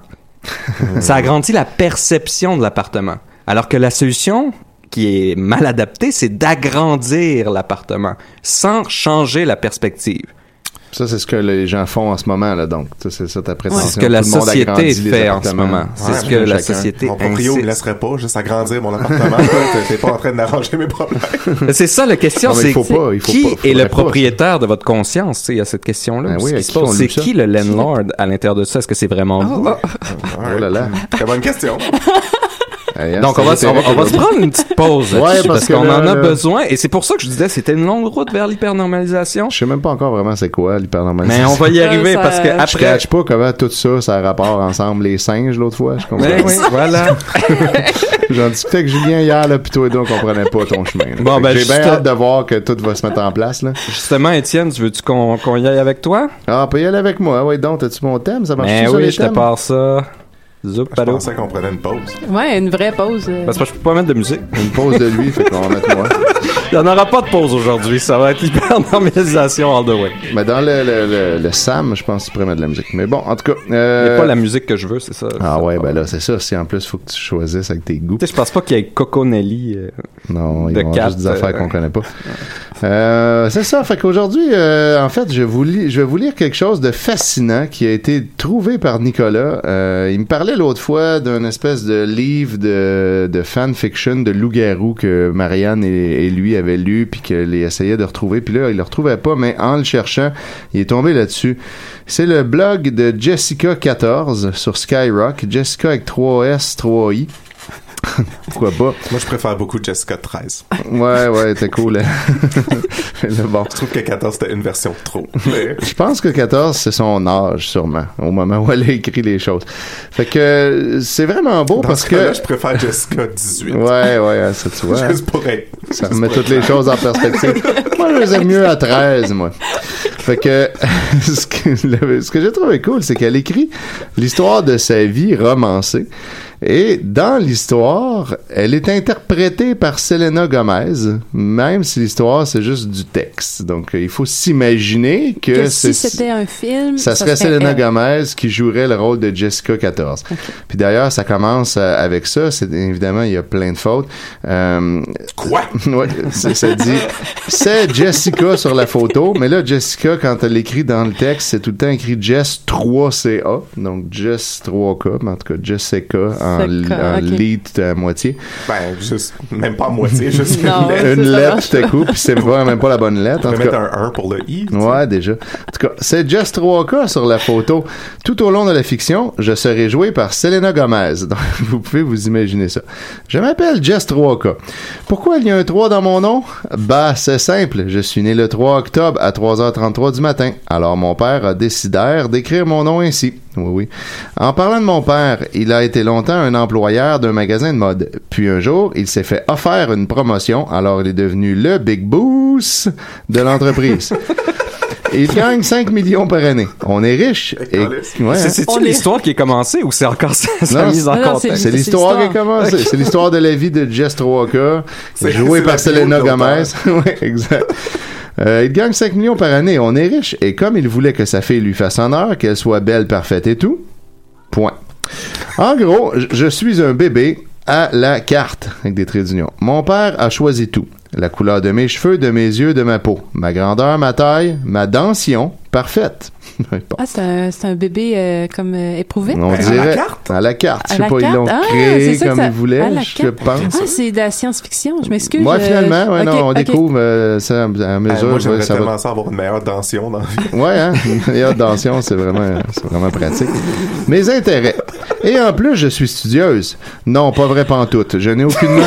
Speaker 3: ça agrandit la perception de l'appartement. Alors que la solution qui est mal adaptée, c'est d'agrandir l'appartement sans changer la perspective.
Speaker 5: Ça, c'est ce que les gens font en ce moment, là, donc. Ça, C'est ça ta prétention.
Speaker 3: C'est ce que la
Speaker 5: Tout le monde
Speaker 3: société
Speaker 5: agrandit les
Speaker 3: fait en ce
Speaker 5: appartements.
Speaker 3: moment. C'est ce que la société
Speaker 10: Mon proprio
Speaker 3: insiste.
Speaker 10: me laisserait pas juste agrandir mon appartement. [laughs] Toi, T'es pas en train d'arranger mes problèmes.
Speaker 3: Mais [laughs] C'est ça la question,
Speaker 10: Non, mais
Speaker 3: c'est
Speaker 10: il faut pas, il faut
Speaker 3: qui
Speaker 10: pas, faudrait
Speaker 3: est le
Speaker 10: pas.
Speaker 3: propriétaire de votre conscience tu sais, Il y a cette question-là.
Speaker 5: Ben oui,
Speaker 3: Ce qui
Speaker 5: à
Speaker 3: se
Speaker 5: qui
Speaker 3: passe,
Speaker 5: on
Speaker 3: c'est
Speaker 5: loue ça?
Speaker 3: qui le landlord à l'intérieur de ça Est-ce que c'est vraiment vous
Speaker 5: Oh là hein, là.
Speaker 10: Très bonne question.
Speaker 3: Donc on va, on va- on va se prendre une petite pause
Speaker 5: Ouais,
Speaker 3: là-dessus,
Speaker 5: parce
Speaker 3: parce
Speaker 5: que
Speaker 3: qu'on
Speaker 5: là,
Speaker 3: en a
Speaker 5: là-
Speaker 3: besoin et c'est pour ça que je disais c'était une longue route vers l'hypernormalisation.
Speaker 5: Je sais même pas encore vraiment c'est quoi l'hypernormalisation.
Speaker 3: Mais on va y arriver, Ça, parce que
Speaker 5: Je
Speaker 3: après- [laughs]
Speaker 5: catch pas comment tout ça, ça a rapport ensemble les singes l'autre fois, je comprends.
Speaker 3: Ben
Speaker 5: pas.
Speaker 3: oui, voilà.
Speaker 5: [laughs] J'en discutais avec Julien hier, là, puis toi et deux, on comprenait pas ton chemin. là.
Speaker 3: Bon,
Speaker 5: Fait que
Speaker 3: ben,
Speaker 5: J'ai
Speaker 3: juste-
Speaker 5: bien hâte de voir que tout va se mettre en place, là.
Speaker 3: [laughs] Justement Étienne, tu veux-tu qu'on qu'on y aille avec toi
Speaker 5: Ah, on peut y aller avec moi. Oui, donc, t'as-tu mon thème? Ça marche
Speaker 3: Ben
Speaker 5: tout
Speaker 3: oui, je te pars ça. Zoup,
Speaker 10: Je pensais qu'on prenait une pause.
Speaker 4: [laughs] Ouais, une vraie pause. euh.
Speaker 3: Parce que je peux pas mettre de musique.
Speaker 5: Une pause de lui, fait qu'on va
Speaker 3: [laughs]
Speaker 5: mettre moi.
Speaker 3: Il n'y en aura Ah, pas de pause aujourd'hui, ça va être l'hypernormalisation all the way.
Speaker 5: Mais dans le, le, le, le Sam, je pense que tu pourrais mettre de la musique. Mais bon, en tout cas.
Speaker 3: Il n'y
Speaker 5: Euh...
Speaker 3: a pas la musique que je veux, c'est ça.
Speaker 5: Ah ouais, ben là, c'est ça. Si en plus, faut que tu choisisses avec tes goûts.
Speaker 3: Tu sais, je pense pas qu'il y ait Coconelli. euh,
Speaker 5: Non, ils
Speaker 3: de
Speaker 5: ont
Speaker 3: quatre,
Speaker 5: juste des affaires qu'on
Speaker 3: euh,
Speaker 5: connaît pas. Euh, c'est ça. Fait qu'aujourd'hui, euh, en fait, je, vous lis- je vais vous lire quelque chose de fascinant qui a été trouvé par Nicolas. Euh, il me parlait l'autre fois d'un espèce de livre de, de fanfiction de loup-garou que Marianne et, et lui avaient lu puis qu'il essayait de retrouver. Puis là, il le retrouvait pas, mais en le cherchant, il est tombé là-dessus. C'est le blog de Jessica14 sur Skyrock. Jessica avec 3S, 3I. [laughs] Pourquoi pas?
Speaker 10: Moi, je préfère beaucoup Jessica 13.
Speaker 5: Ouais, ouais, c'était cool. hein. [laughs] Mais bon.
Speaker 10: Je trouve que 14, c'était une version de trop. Mais...
Speaker 5: Je pense que 14, c'est son âge, sûrement, au moment où elle a écrit les choses. Fait que euh, c'est vraiment beau
Speaker 10: Dans
Speaker 5: parce
Speaker 10: ce cas-là,
Speaker 5: que.
Speaker 10: je préfère Jessica 18.
Speaker 5: Ouais, ouais, ça, tu vois. hein.
Speaker 10: Juste pour être.
Speaker 5: Ça remet toutes les choses
Speaker 10: [laughs]
Speaker 5: en perspective. moi, je les aime mieux à 13, moi. Fait que, [laughs] ce que, le- ce que j'ai trouvé cool, c'est qu'elle écrit l'histoire de sa vie romancée. Et dans l'histoire, elle est interprétée par Selena Gomez, même si l'histoire, c'est juste du texte. Donc, il faut s'imaginer que,
Speaker 4: Que si
Speaker 5: c'est-
Speaker 4: c'était un film,
Speaker 5: ça serait Selena
Speaker 4: elle.
Speaker 5: Gomez qui jouerait le rôle de Jessica 14. Puis d'ailleurs, ça commence euh, avec ça. C'est évidemment il y a plein de fautes. Euh,
Speaker 10: Quoi
Speaker 5: [laughs] Ouais, c'est- ça dit c'est Jessica sur la photo, mais là Jessica quand elle écrit dans le texte, c'est tout le temps écrit Jess 3CA, donc Jess 3K, mais en tout cas Jessica en,
Speaker 10: C'est
Speaker 5: en
Speaker 10: ok.
Speaker 5: lead à moitié.
Speaker 10: Ben, juste, même pas à moitié, juste une lettre.
Speaker 5: une lettre tout à coup, puis c'est pas- même pas la bonne lettre.
Speaker 10: On
Speaker 5: En
Speaker 10: peut
Speaker 5: tout
Speaker 10: mettre
Speaker 5: cas.
Speaker 10: un 1 pour le i.
Speaker 5: Ouais, déjà. En tout cas, c'est Just 3K sur la photo. Tout au long de la fiction, je serai joué par Selena Gomez. Donc, [laughs] vous pouvez vous imaginer ça. Je m'appelle Just 3K. Pourquoi il y a un 3 dans mon nom? Bah, c'est simple. Je suis né le 3 octobre à 3h33 du matin. Alors, mon père a décidé d'écrire mon nom ainsi. Oui, oui. En parlant de mon père, il a été longtemps un employeur d'un magasin de mode. Puis un jour, il s'est fait offert une promotion, alors il est devenu le Big Boost de l'entreprise. Il gagne 5 millions par année. On est riche. Et... Ouais, hein?
Speaker 3: C'est- C'est-tu l'histoire qui est commencée ou c'est encore [laughs] ça, sa
Speaker 5: Non,
Speaker 3: mise en
Speaker 5: c'est-
Speaker 3: contexte?
Speaker 5: hein? C'est l'histoire qui a commencé.
Speaker 3: Ok.
Speaker 5: C'est l'histoire de la vie de Jess Walker,
Speaker 3: [laughs] C'est-
Speaker 5: joué
Speaker 3: c'est la
Speaker 5: par Selena [laughs]
Speaker 3: bio de
Speaker 5: Gomez. oui, exact. Euh, il gagne 5 millions par année, on est riche, et comme il voulait que sa fille lui fasse honneur, qu'elle soit belle, parfaite et tout, point. En gros, j- je suis un bébé à la carte, avec des traits d'union. Mon père a choisi tout. La couleur de mes cheveux, de mes yeux, de ma peau. Ma grandeur, ma taille, ma dentition, parfaite. [laughs] Bon.
Speaker 4: Ah, c'est un, c'est un bébé euh, comme euh, éprouvé?
Speaker 5: On dirait à la carte.
Speaker 4: À
Speaker 5: Je sais
Speaker 4: la
Speaker 5: pas, ils
Speaker 4: carte?
Speaker 5: l'ont
Speaker 4: Ah, c'est
Speaker 5: créé
Speaker 4: ça que
Speaker 5: comme
Speaker 4: ça-
Speaker 5: ils voulaient,
Speaker 4: à la
Speaker 5: je
Speaker 4: carte.
Speaker 5: pense.
Speaker 4: Ah, c'est de la science-fiction, je m'excuse.
Speaker 5: Moi,
Speaker 4: euh,
Speaker 5: finalement, ouais,
Speaker 4: ok,
Speaker 5: non, on
Speaker 4: ok.
Speaker 5: découvre euh, ça à
Speaker 6: Ben,
Speaker 5: mesure.
Speaker 8: Ben, moi, j'aimerais
Speaker 5: ouais, ça va-
Speaker 8: tellement ça avoir une meilleure tension
Speaker 5: [laughs]
Speaker 8: dans la vie.
Speaker 5: Ouais, hein? une meilleure tension, c'est vraiment, c'est vraiment pratique. Mes intérêts. Et en plus, je suis studieuse. Non, pas vrai pantoute. Je n'ai aucunement...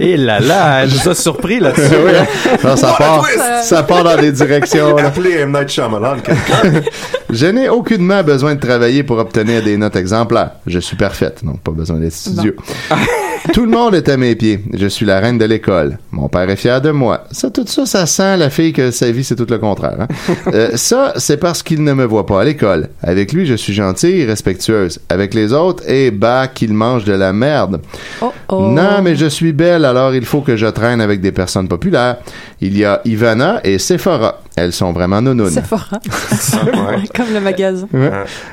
Speaker 6: Et là là, elle nous a surpris là-dessus.
Speaker 8: [laughs]
Speaker 5: Oui, hein? [laughs] Non, ça, part, ça part dans des directions. là.
Speaker 8: Appelez M. Night Shyamalan.
Speaker 5: [laughs] Je n'ai aucunement besoin de travailler pour obtenir des notes exemplaires. Je suis parfaite, donc pas besoin d'être studieux.
Speaker 8: [laughs]
Speaker 5: tout le monde est à mes pieds. Je suis la reine de l'école. Mon père est fier de moi. Ça, tout ça, ça sent la fille que sa vie, c'est tout le contraire.
Speaker 8: [laughs]
Speaker 5: hein. Euh, ça, c'est parce qu'il ne me voit pas à l'école. Avec lui, je suis gentille et respectueuse. Avec les autres, eh bah, qu'il mange de la merde.
Speaker 4: Oh,
Speaker 5: Non, mais je suis belle, alors il faut que je traîne avec des personnes populaires. Il y a Ivana et Sephora. Elles sont vraiment nounounes. [laughs]
Speaker 4: Sephora. hein. comme le magasin.
Speaker 5: Ouais.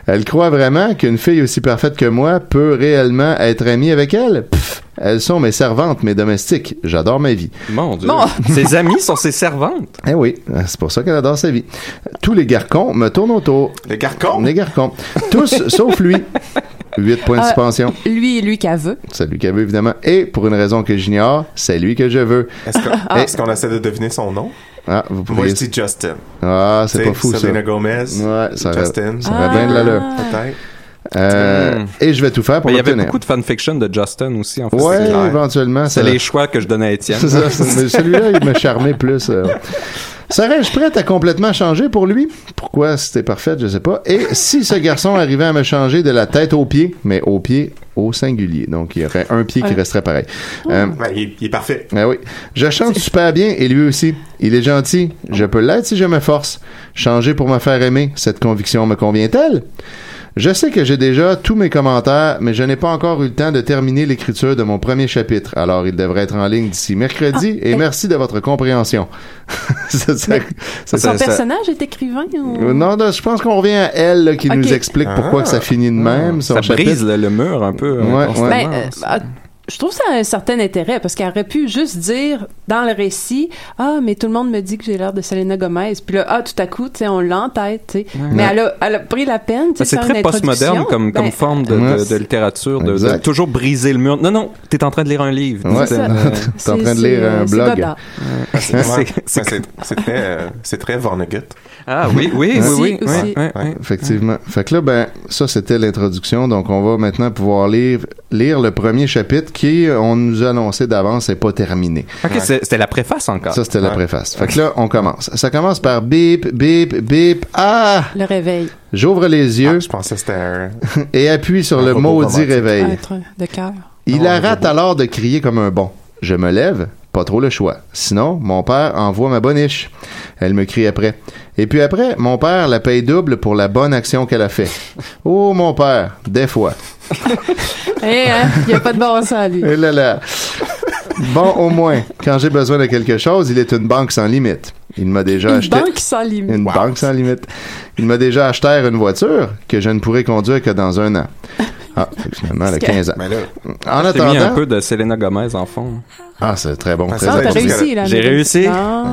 Speaker 5: Elle croit vraiment qu'une fille aussi parfaite que moi peut réellement être amie avec elle. Pff, elles sont mes servantes, mes domestiques. J'adore ma vie.
Speaker 6: Mon Dieu.
Speaker 5: Bon.
Speaker 6: Ses amis sont ses servantes.
Speaker 5: Eh oui, c'est pour ça qu'elle adore sa vie. Tous les garcons me tournent autour.
Speaker 8: Les
Speaker 4: Oh.
Speaker 8: garcons?
Speaker 5: Les garcons.
Speaker 4: [laughs]
Speaker 5: Tous, sauf lui. 8 points de
Speaker 4: Ah,
Speaker 5: suspension.
Speaker 4: Lui, lui qu'elle veut.
Speaker 5: C'est lui qu'elle veut, évidemment. Et pour une raison que j'ignore, c'est lui que je veux.
Speaker 8: Est-ce qu'on
Speaker 5: Ah.
Speaker 8: est-ce qu'on essaie de deviner son nom?
Speaker 5: Ah, vous
Speaker 8: Moi,
Speaker 5: pourriez...
Speaker 8: je dis Justin.
Speaker 5: Ah, c'est
Speaker 8: Tu sais,
Speaker 5: pas fou, ça.
Speaker 8: Selena Gomez.
Speaker 5: Ouais, ça aurait-
Speaker 8: Justin.
Speaker 5: ça aurait
Speaker 4: Ah.
Speaker 5: bien de l'allure.
Speaker 8: Peut-être.
Speaker 5: Euh,
Speaker 6: Hmm.
Speaker 5: Et je vais tout faire pour
Speaker 6: Mais il y avait
Speaker 5: l'obtenir.
Speaker 6: beaucoup de fanfiction de Justin aussi, en fait.
Speaker 5: Ouais,
Speaker 6: C'est clair.
Speaker 5: éventuellement,
Speaker 6: C'est
Speaker 5: [laughs] ça-
Speaker 6: les choix que je donnais à Étienne.
Speaker 5: C'est ça, c'est- mais celui-là, il me charmait plus. euh. Serais-je prête à complètement changer pour lui? Pourquoi c'était parfait, je sais pas. Et si ce garçon arrivait à me changer de la tête aux pieds, mais aux pieds au singulier, donc il y aurait un pied qui
Speaker 8: Ouais.
Speaker 5: resterait pareil. Euh,
Speaker 8: Ouais, il, est- il est parfait.
Speaker 5: ah oui. Je chante super bien et lui aussi. Il est gentil. Je peux l'être si je me force. Changer pour me faire aimer, cette conviction me convient-elle? Je sais que j'ai déjà tous mes commentaires, mais je n'ai pas encore eu le temps de terminer l'écriture de mon premier chapitre. Alors, il devrait être en ligne d'ici mercredi
Speaker 4: Ah, eh.
Speaker 5: et merci de votre compréhension. [laughs] ça, ça- ça-
Speaker 4: Son
Speaker 5: ça- ça-
Speaker 4: personnage est écrivain ou...
Speaker 5: Euh, Non, non, je pense qu'on revient à elle là, qui
Speaker 4: Ok.
Speaker 5: nous explique pourquoi
Speaker 6: Ah.
Speaker 5: que ça finit de même. son
Speaker 6: ça
Speaker 5: chapitre.
Speaker 6: brise le, le mur un peu. euh,
Speaker 3: hein.
Speaker 5: Ouais,
Speaker 6: constamment.
Speaker 4: Ben, euh, ah, je trouve ça a un certain intérêt parce qu'elle aurait pu juste dire dans le récit Ah, mais tout le monde me dit que j'ai l'air de Selena Gomez. Puis là, ah, tout à coup, tu sais, on l'entête. tu sais. Mais
Speaker 6: Ouais.
Speaker 4: elle a, elle a pris la peine. tu sais,
Speaker 6: Ben, c'est
Speaker 4: de faire
Speaker 6: très
Speaker 4: une
Speaker 6: postmoderne
Speaker 4: introduction.
Speaker 6: comme, comme
Speaker 4: Ben,
Speaker 6: forme de, de- de littérature, de- de,
Speaker 5: Exact.
Speaker 6: toujours briser le mur. Non, non, t'es en train de lire un livre.
Speaker 5: Ouais,
Speaker 6: Étienne.
Speaker 5: t'es en train de lire un blog.
Speaker 8: Ah, c'est- ouais,
Speaker 6: [laughs] C'est-
Speaker 8: c'est c'est très, euh, c'est très Vonnegut.
Speaker 6: Ah oui, oui, oui, oui. oui, oui, oui.
Speaker 5: Effectivement. Fait que là, ben, ça, c'était l'introduction. Donc, on va maintenant pouvoir lire, lire le premier chapitre qui, euh, on nous a annoncé d'avance, n'est pas terminé.
Speaker 6: Ok, c'est- c'était la préface encore.
Speaker 5: Ça, c'était la
Speaker 6: Ouais.
Speaker 5: préface. Fait que là, on commence. Ça commence par bip, bip, bip. Ah!
Speaker 4: Le réveil.
Speaker 5: J'ouvre les yeux.
Speaker 8: Ah, je pensais que c'était
Speaker 5: [laughs] Et appuie sur le
Speaker 8: robot
Speaker 5: maudit
Speaker 8: romantique.
Speaker 5: réveil.
Speaker 4: Un truc de
Speaker 5: [laughs]
Speaker 4: cœur.
Speaker 5: Il arrête alors de crier comme un bon. Je me lève, pas trop le choix. Sinon, mon père envoie ma boniche. Elle me crie après. Et puis après, mon père la paye double pour la bonne action qu'elle a fait. Oh, mon père, des fois.
Speaker 4: Eh, hein, il n'y a pas de bon sens à lui.
Speaker 5: Eh là là. Bon, au moins, quand j'ai besoin de quelque chose, il est une banque sans limite. Il m'a déjà
Speaker 4: Une
Speaker 5: acheté.
Speaker 4: banque sans limite.
Speaker 5: Une banque sans limite. Il m'a déjà acheté une voiture que je ne pourrai conduire que dans un an. Ah, fait que finalement, elle a
Speaker 6: Parce que-
Speaker 5: 15 ans.
Speaker 6: Mais Ben là,
Speaker 5: en
Speaker 6: Je t'ai mis un
Speaker 5: attendant.
Speaker 6: peu de Selena Gomez en fond.
Speaker 5: Ah, c'est très bon. très
Speaker 8: Ah, t'as
Speaker 5: bon.
Speaker 8: réussi, là,
Speaker 6: J'ai réussi.
Speaker 5: Et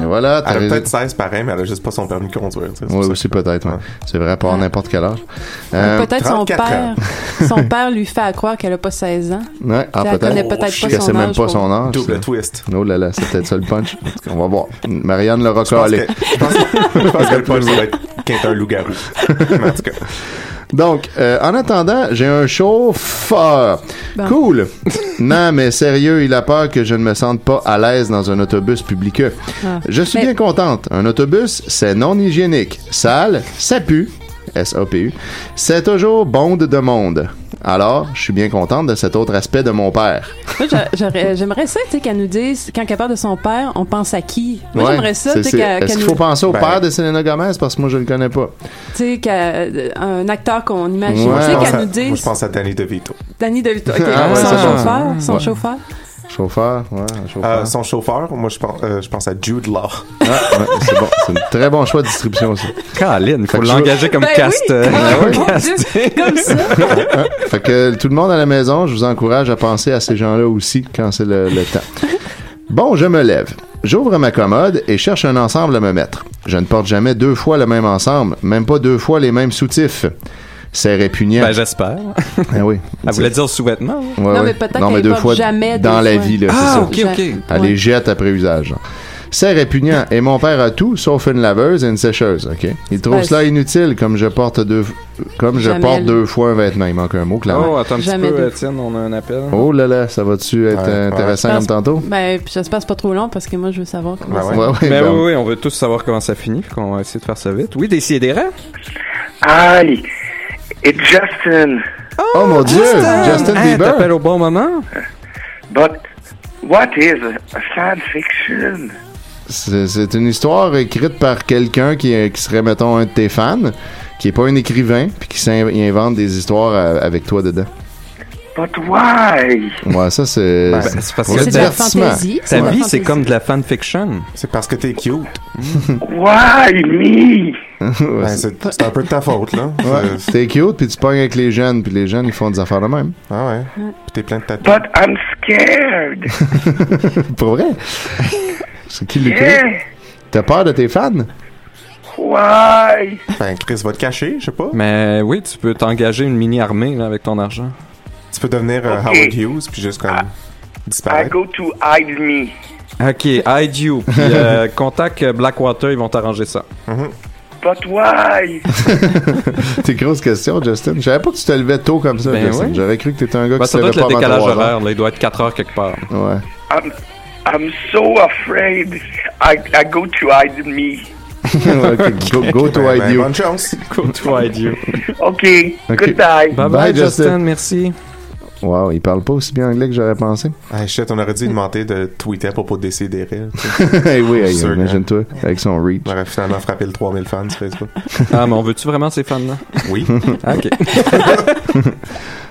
Speaker 5: voilà, t'as
Speaker 8: Elle a
Speaker 5: réussi.
Speaker 8: peut-être 16 pareil, mais elle a juste pas son permis de conduire. tu sais, c'est
Speaker 5: Oui,
Speaker 8: pour ça.
Speaker 5: aussi peut-être. ouais. C'est vrai, pour n'importe quel âge. Euh,
Speaker 4: Peut-être son
Speaker 8: 34
Speaker 4: père, son père lui fait à croire qu'elle a pas 16 ans.
Speaker 5: Ouais, ah,
Speaker 4: Elle
Speaker 5: peut-être.
Speaker 4: connaît peut-être pas
Speaker 5: Je
Speaker 4: son
Speaker 5: sais même
Speaker 4: âge
Speaker 5: pas
Speaker 4: pour-
Speaker 5: son âge.
Speaker 8: Double
Speaker 5: ça.
Speaker 8: twist.
Speaker 5: Oh là là, c'est peut-être ça le punch. On va voir. Marianne l'aura collé.
Speaker 8: Je pense que le punch doit être qu'il est un loup-garou. Mais en tout cas.
Speaker 5: Donc, euh, en attendant, j'ai un chauffeur.
Speaker 8: Bon.
Speaker 5: Cool. non, mais sérieux, il a peur que je ne me sente pas à l'aise dans un autobus public.
Speaker 10: Ah.
Speaker 5: Je suis
Speaker 10: Mais-
Speaker 5: bien contente. Un autobus, c'est non hygiénique. Sale, ça pue. S-A-P-U. C'est toujours bonde de monde. Alors, je suis bien contente de cet autre aspect de mon père.
Speaker 4: Moi, j'a- j'aurais- euh, j'aimerais ça, tu sais, qu'elle nous dise, quand elle parle de son père, on pense à qui? Moi,
Speaker 5: Ouais,
Speaker 4: j'aimerais ça,
Speaker 5: c'est-
Speaker 4: tu sais,
Speaker 5: c'est-
Speaker 4: qu'elle-
Speaker 5: Est-ce
Speaker 4: qu'elle
Speaker 5: qu'il
Speaker 4: nous-
Speaker 5: faut penser au
Speaker 4: Ben,
Speaker 5: père de Selena Gomez parce que moi, je ne le connais pas.
Speaker 4: Tu sais, qu'elle- euh, un acteur qu'on imagine,
Speaker 5: Ouais.
Speaker 4: tu
Speaker 8: Je
Speaker 4: sais,
Speaker 8: pense
Speaker 4: qu'elle
Speaker 8: à-
Speaker 4: nous
Speaker 8: Moi, je
Speaker 4: dise
Speaker 8: pense à Danny DeVito.
Speaker 4: Danny DeVito, ok,
Speaker 5: Ah ouais,
Speaker 4: son
Speaker 5: ça, ça-
Speaker 4: chauffeur, son
Speaker 5: ouais.
Speaker 4: chauffeur.
Speaker 5: Chauffeur, ouais, un chauffeur.
Speaker 8: Euh, son chauffeur, moi je pense, euh, je pense à Jude Law.
Speaker 5: Ah, ouais, c'est bon. C'est un très bon choix de distribution, ça.
Speaker 6: Caroline,
Speaker 5: Fait
Speaker 6: faut
Speaker 5: que
Speaker 6: l'engager
Speaker 5: je-
Speaker 6: comme
Speaker 5: Ben
Speaker 6: cast.
Speaker 5: oui.
Speaker 6: euh,
Speaker 5: Ah,
Speaker 6: comme
Speaker 5: mon
Speaker 6: [laughs] cast.
Speaker 4: Comme ça.
Speaker 5: Hein? Fait que tout le monde à la maison, je vous encourage à penser à ces gens-là aussi quand c'est le, le temps. Bon, je me lève. J'ouvre ma commode et cherche un ensemble à me mettre. Je ne porte jamais deux fois le même ensemble, même pas deux fois les mêmes soutifs. C'est répugnant.
Speaker 6: Ben, j'espère.
Speaker 5: Ah oui.
Speaker 6: Elle voulait dire sous-vêtements.
Speaker 5: Ouais,
Speaker 4: Non,
Speaker 5: ouais.
Speaker 4: mais peut-être
Speaker 5: Non, mais
Speaker 4: qu'elle
Speaker 5: deux
Speaker 4: porte
Speaker 5: fois
Speaker 4: jamais
Speaker 5: dans
Speaker 4: deux
Speaker 5: la
Speaker 4: fois.
Speaker 5: vie, là,
Speaker 4: Ah,
Speaker 5: c'est ça.
Speaker 4: ok, ok.
Speaker 5: Elle les jette après usage. genre. C'est répugnant et mon père a tout sauf une laveuse et une sécheuse, OK Il trouve
Speaker 4: Ouais,
Speaker 5: cela inutile comme je porte deux comme je
Speaker 6: Jamais
Speaker 5: porte
Speaker 6: le-
Speaker 5: deux fois un vêtement, il manque un mot clairement.
Speaker 6: Oh, attends un petit
Speaker 4: Jamais
Speaker 6: peu,
Speaker 4: deux.
Speaker 6: Étienne, on a un appel.
Speaker 5: Oh là là, ça va-tu être
Speaker 6: Ouais,
Speaker 5: intéressant
Speaker 6: ouais.
Speaker 5: comme tantôt
Speaker 4: Ben, puis j'espère que c'est pas trop long parce que moi, je veux savoir comment ça
Speaker 5: Ouais, ouais,
Speaker 6: Mais
Speaker 5: ben-
Speaker 6: oui, oui, on veut tous savoir comment ça finit, puis qu'on va essayer de faire ça vite. Oui, d'essayer des rêves.
Speaker 10: Hi, it's Justin.
Speaker 5: Oh mon Dieu,
Speaker 10: Justin.
Speaker 5: Justin
Speaker 10: Hey,
Speaker 5: Bieber.
Speaker 10: t'appelles
Speaker 6: au bon moment.
Speaker 10: But what is a fan fiction?
Speaker 5: C'est c'est une histoire écrite par quelqu'un qui, est- qui serait mettons un de tes fans, qui est pas un écrivain, puis qui s'in- il invente des histoires euh, avec toi dedans.
Speaker 10: But why?
Speaker 5: Ouais, ça c'est
Speaker 6: Ben, c'est parce que C'est de la divertissement. fantaisie. Ta vie, c'est comme
Speaker 5: de la fanfiction.
Speaker 8: C'est parce que t'es cute.
Speaker 10: Why me?
Speaker 8: Ben, c'est c'est un peu de ta faute, là.
Speaker 5: Ouais,
Speaker 8: C'est-
Speaker 5: t'es cute, puis tu pognes avec les jeunes, puis les jeunes, ils font des affaires de même. [laughs]
Speaker 8: Ah ouais. Puis t'es plein de tatouages.
Speaker 10: But I'm scared.
Speaker 5: Pour vrai? C'est qui l'écrit?
Speaker 10: Yeah.
Speaker 5: T'as peur de tes fans? [laughs]
Speaker 10: Why?
Speaker 8: Ben, Chris va te cacher, je sais pas.
Speaker 6: Mais oui, tu peux t'engager une mini-armée là, avec ton argent.
Speaker 8: Tu peux devenir euh,
Speaker 10: Ok. Ah.
Speaker 8: Howard Hughes, puis juste comme
Speaker 10: I
Speaker 8: disparaître.
Speaker 10: go to hide me.
Speaker 6: Ok, hide you.
Speaker 5: [laughs]
Speaker 6: Puis euh, contact euh, Blackwater, ils vont t'arranger ça.
Speaker 10: But why?
Speaker 5: T'es grosse question, Justin. Je savais pas que tu te levais tôt comme ça,
Speaker 6: Ben
Speaker 5: Justin.
Speaker 6: oui.
Speaker 5: J'aurais cru que t'étais un gars
Speaker 6: Bah,
Speaker 5: qui
Speaker 6: ça
Speaker 5: se
Speaker 6: doit
Speaker 5: levait
Speaker 6: être
Speaker 5: pas
Speaker 6: le
Speaker 5: avant
Speaker 6: décalage
Speaker 5: 3 heures.
Speaker 6: horaire, là, il doit être 4 heures quelque part.
Speaker 8: [laughs]
Speaker 5: Ouais.
Speaker 10: I'm I'm so afraid. I I go to hide me.
Speaker 5: Ok, Go, go to
Speaker 8: Ben,
Speaker 5: hide
Speaker 8: ben,
Speaker 5: you.
Speaker 8: bonne chance.
Speaker 6: go to hide you.
Speaker 10: Okay.
Speaker 5: Ok.
Speaker 10: Goodbye.
Speaker 5: Bye bye, Justin.
Speaker 6: merci.
Speaker 5: Wow, il parle pas aussi bien anglais que j'aurais pensé.
Speaker 8: Ah, shit, on aurait dû lui demander de tweeter à propos de décider.
Speaker 5: [laughs] Eh oui, eh,
Speaker 8: Sûr,
Speaker 5: imagine-toi, avec son reach.
Speaker 8: On aurait finalement frappé le 3000 fans sur Facebook.
Speaker 6: Ah, mais on veut-tu vraiment ces fans-là?
Speaker 8: Oui.
Speaker 6: ok.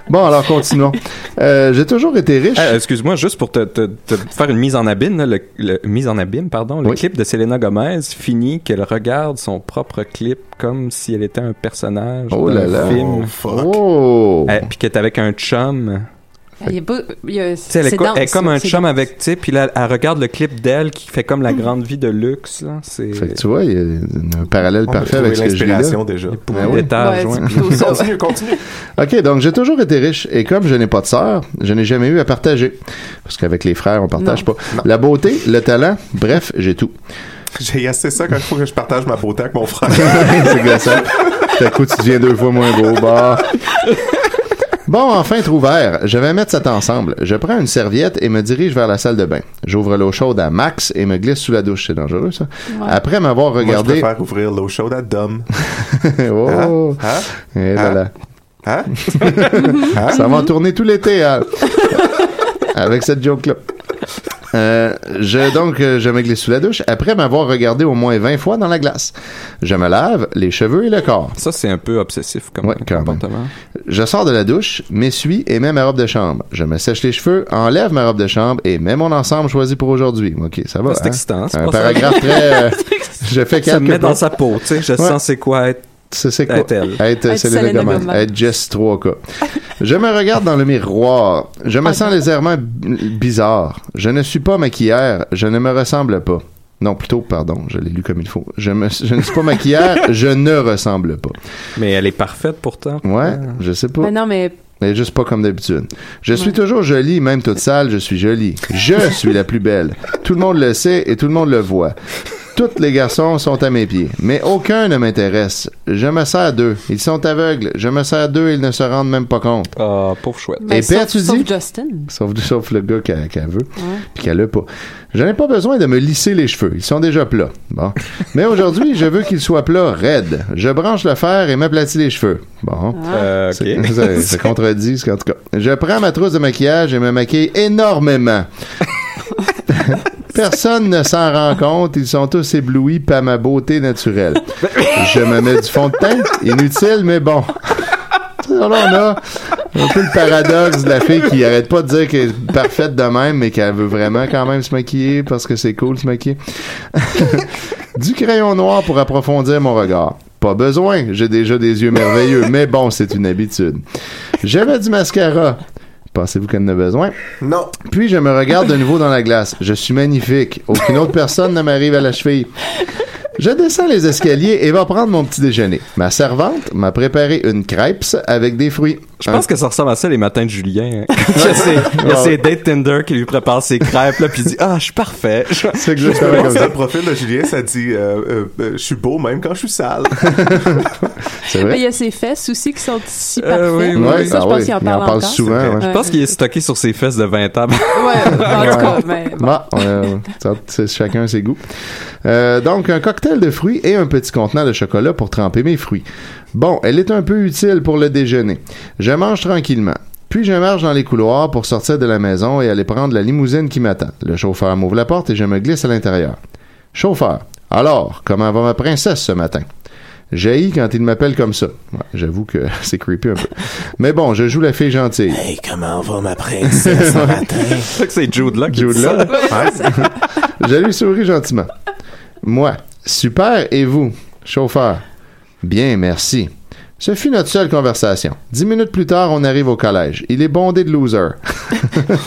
Speaker 5: Bon, alors
Speaker 8: [laughs]
Speaker 5: continuons. Euh, J'ai toujours été riche.
Speaker 6: Eh, Excuse-moi, juste pour te, te- te faire une mise en abîme, là, le, le- mise en abîme, pardon, le clip de Selena Gomez finit qu'elle regarde son propre clip comme si elle était un personnage
Speaker 5: Oh
Speaker 6: d'un
Speaker 5: là là.
Speaker 6: film.
Speaker 5: Oh, fuck. Oh.
Speaker 6: Eh, puis qu'elle est avec un chum.
Speaker 4: Il y a pas- il y a-
Speaker 6: Tu sais, elle est,
Speaker 4: c'est
Speaker 6: co-
Speaker 4: dense,
Speaker 6: elle est comme un
Speaker 4: c'est
Speaker 6: chum
Speaker 4: dense.
Speaker 6: avec, tu sais, puis là, elle regarde le clip d'elle qui fait comme la grande vie de luxe. là. C'est
Speaker 5: Fait que tu vois, il y a un parallèle
Speaker 6: On peut
Speaker 5: parfait avec ce
Speaker 6: trouver
Speaker 5: que j'ai là.
Speaker 6: l'inspiration déjà. Il y a beaucoup
Speaker 5: Ah oui.
Speaker 6: d'étages, Ouais, c'est ouais. plutôt
Speaker 5: [laughs]
Speaker 6: ça, ouais. Continue,
Speaker 8: continue.
Speaker 5: OK, donc j'ai toujours été riche et comme je n'ai pas de sœur, je n'ai jamais eu à partager. Parce qu'avec les frères, on partage
Speaker 8: Non.
Speaker 5: pas. La beauté, le talent, bref, j'ai tout.
Speaker 8: J'ai assez ça quand il faut que je partage ma beauté avec mon frère.
Speaker 5: [laughs] C'est glaçant. Tout à coup, tu deviens deux fois moins beau. Bah. Bon, enfin, trouvert. Je vais mettre ça ensemble. Je prends une serviette et me dirige vers la salle de bain. J'ouvre l'eau chaude à max et me glisse sous la douche. C'est dangereux, ça.
Speaker 8: Ouais.
Speaker 5: Après m'avoir
Speaker 8: Moi, je
Speaker 5: regardé...
Speaker 8: préfère ouvrir l'eau chaude à Dom.
Speaker 5: [laughs] oh!
Speaker 8: Hein?
Speaker 5: Et
Speaker 8: Hein?
Speaker 5: voilà.
Speaker 8: Hein?
Speaker 5: Ah, Ça va en tourner tout l'été hein, [laughs] avec cette joke-là. Euh, je, donc, euh, je me glisse sous la douche après m'avoir regardé au moins 20 fois dans la glace. Je me lave les cheveux et le corps.
Speaker 6: Ça, c'est un peu obsessif comme comportement.
Speaker 5: Je sors de la douche, m'essuie et mets ma robe de chambre. Je me sèche les cheveux, enlève ma robe de chambre et mets mon ensemble choisi pour aujourd'hui. OK, ça va.
Speaker 6: C'est
Speaker 5: hein?
Speaker 6: excitant, c'est
Speaker 5: Un
Speaker 6: pas ça.
Speaker 5: paragraphe très. euh, je fais
Speaker 6: Ça me met
Speaker 5: quelques
Speaker 6: dans sa peau, tu sais, je sens c'est quoi être.
Speaker 5: c'est quoi?
Speaker 6: Être elle.
Speaker 5: Être,
Speaker 6: Être
Speaker 5: Selena
Speaker 6: Selena
Speaker 5: Gomez.
Speaker 6: Gomez.
Speaker 5: Être Jess 3K. Je me regarde dans le miroir. Je me sens légèrement b- bizarre. Je ne suis pas maquillère. Je ne me ressemble pas. Non, plutôt, pardon, je l'ai lu comme il faut. Je, me- je ne suis pas maquillère, je ne ressemble pas.
Speaker 6: Mais elle est parfaite pourtant.
Speaker 5: Ouais, je sais pas.
Speaker 4: Ben non, mais
Speaker 5: Mais juste pas comme d'habitude. Je suis toujours jolie, même toute sale, je suis jolie. Je suis la plus belle. Tout le monde le sait et tout le monde le voit. Tous les garçons sont à mes pieds, mais aucun ne m'intéresse. Je me sers d'eux. Ils sont aveugles. Je me sers d'eux, ils ne se rendent même pas compte.
Speaker 6: Ah, pauvre chouette.
Speaker 4: mais
Speaker 5: Et
Speaker 4: sauf,
Speaker 5: Pierre, tu
Speaker 4: sauf
Speaker 5: dis?
Speaker 4: Justin.
Speaker 5: Sauf, sauf le gars qu'elle qu'elle veut, puis qu'elle a pas. Je n'ai pas besoin de me lisser les cheveux. Ils sont déjà plats. Bon. Mais aujourd'hui, je veux qu'ils soient plats, raides. Je branche le fer et m'aplatis les cheveux. Bon.
Speaker 6: Euh, ok.
Speaker 5: C'est- Ça, ça contredit, ce qu'en tout cas. Je prends ma trousse de maquillage et me maquille énormément. Personne ne s'en rend compte, ils sont tous éblouis par ma beauté naturelle. Je me mets du fond de teint, inutile, mais bon. Alors là, on a Un peu le paradoxe de la fille qui arrête pas de dire qu'elle est parfaite de même, mais qu'elle veut vraiment quand même se maquiller parce que c'est cool se maquiller. du crayon noir pour approfondir mon regard. Pas besoin, j'ai déjà des yeux merveilleux, mais bon, c'est une habitude. J'avais du mascara. Pensez-vous qu'elle en a besoin?
Speaker 8: Non.
Speaker 5: Puis je me regarde de nouveau dans la glace. Je suis magnifique. Aucune autre personne ne m'arrive à la cheville. Je descends les escaliers et va prendre mon petit déjeuner. Ma servante m'a préparé une crêpe avec des fruits.
Speaker 6: Je pense que ça ressemble à ça les matins de
Speaker 8: [laughs]
Speaker 6: Julien. hein. il y a ses, il y a ses dates Tinder qui lui préparent ses crêpes, là, puis il dit Ah, je suis parfait.
Speaker 5: C'est
Speaker 8: Je pense que le profil de Julien, ça dit euh, euh, euh, Je suis beau même quand je suis sale.
Speaker 5: C'est
Speaker 4: Mais
Speaker 5: ah
Speaker 4: Ben, il y a ses fesses aussi qui sont si parfaites.
Speaker 6: Euh, oui, oui.
Speaker 4: Ça, je pense qu'il en parle encore. ça.
Speaker 6: Je pense qu'il est stocké sur ses fesses de 20 ans.
Speaker 4: en tout cas, mais bon.
Speaker 5: Bon, euh, ça, c'est chacun ses goûts. Euh, donc, un cocktail de fruits et un petit contenant de chocolat pour tremper mes fruits. Bon, elle est un peu utile pour le déjeuner. Je mange tranquillement. Puis je marche dans les couloirs pour sortir de la maison et aller prendre la limousine qui m'attend. Le chauffeur m'ouvre la porte et je me glisse à l'intérieur. Chauffeur, alors, comment va ma princesse ce matin? J'haïs quand il m'appelle comme ça. Ouais, J'avoue que [laughs] c'est creepy un peu. Mais bon, je joue la fille gentille.
Speaker 12: Hey, comment
Speaker 8: Oh,
Speaker 12: va ma
Speaker 5: [laughs]
Speaker 12: princesse ce matin?
Speaker 6: C'est que c'est Jude là qui
Speaker 5: Jude
Speaker 6: dit
Speaker 5: Law.
Speaker 6: ça. [laughs]
Speaker 5: Ouais. Je lui souris gentiment. Moi, super, et vous, chauffeur? Bien, merci. Ce fut notre seule conversation. Dix minutes plus tard, on arrive au collège. Il est bondé de losers. [laughs]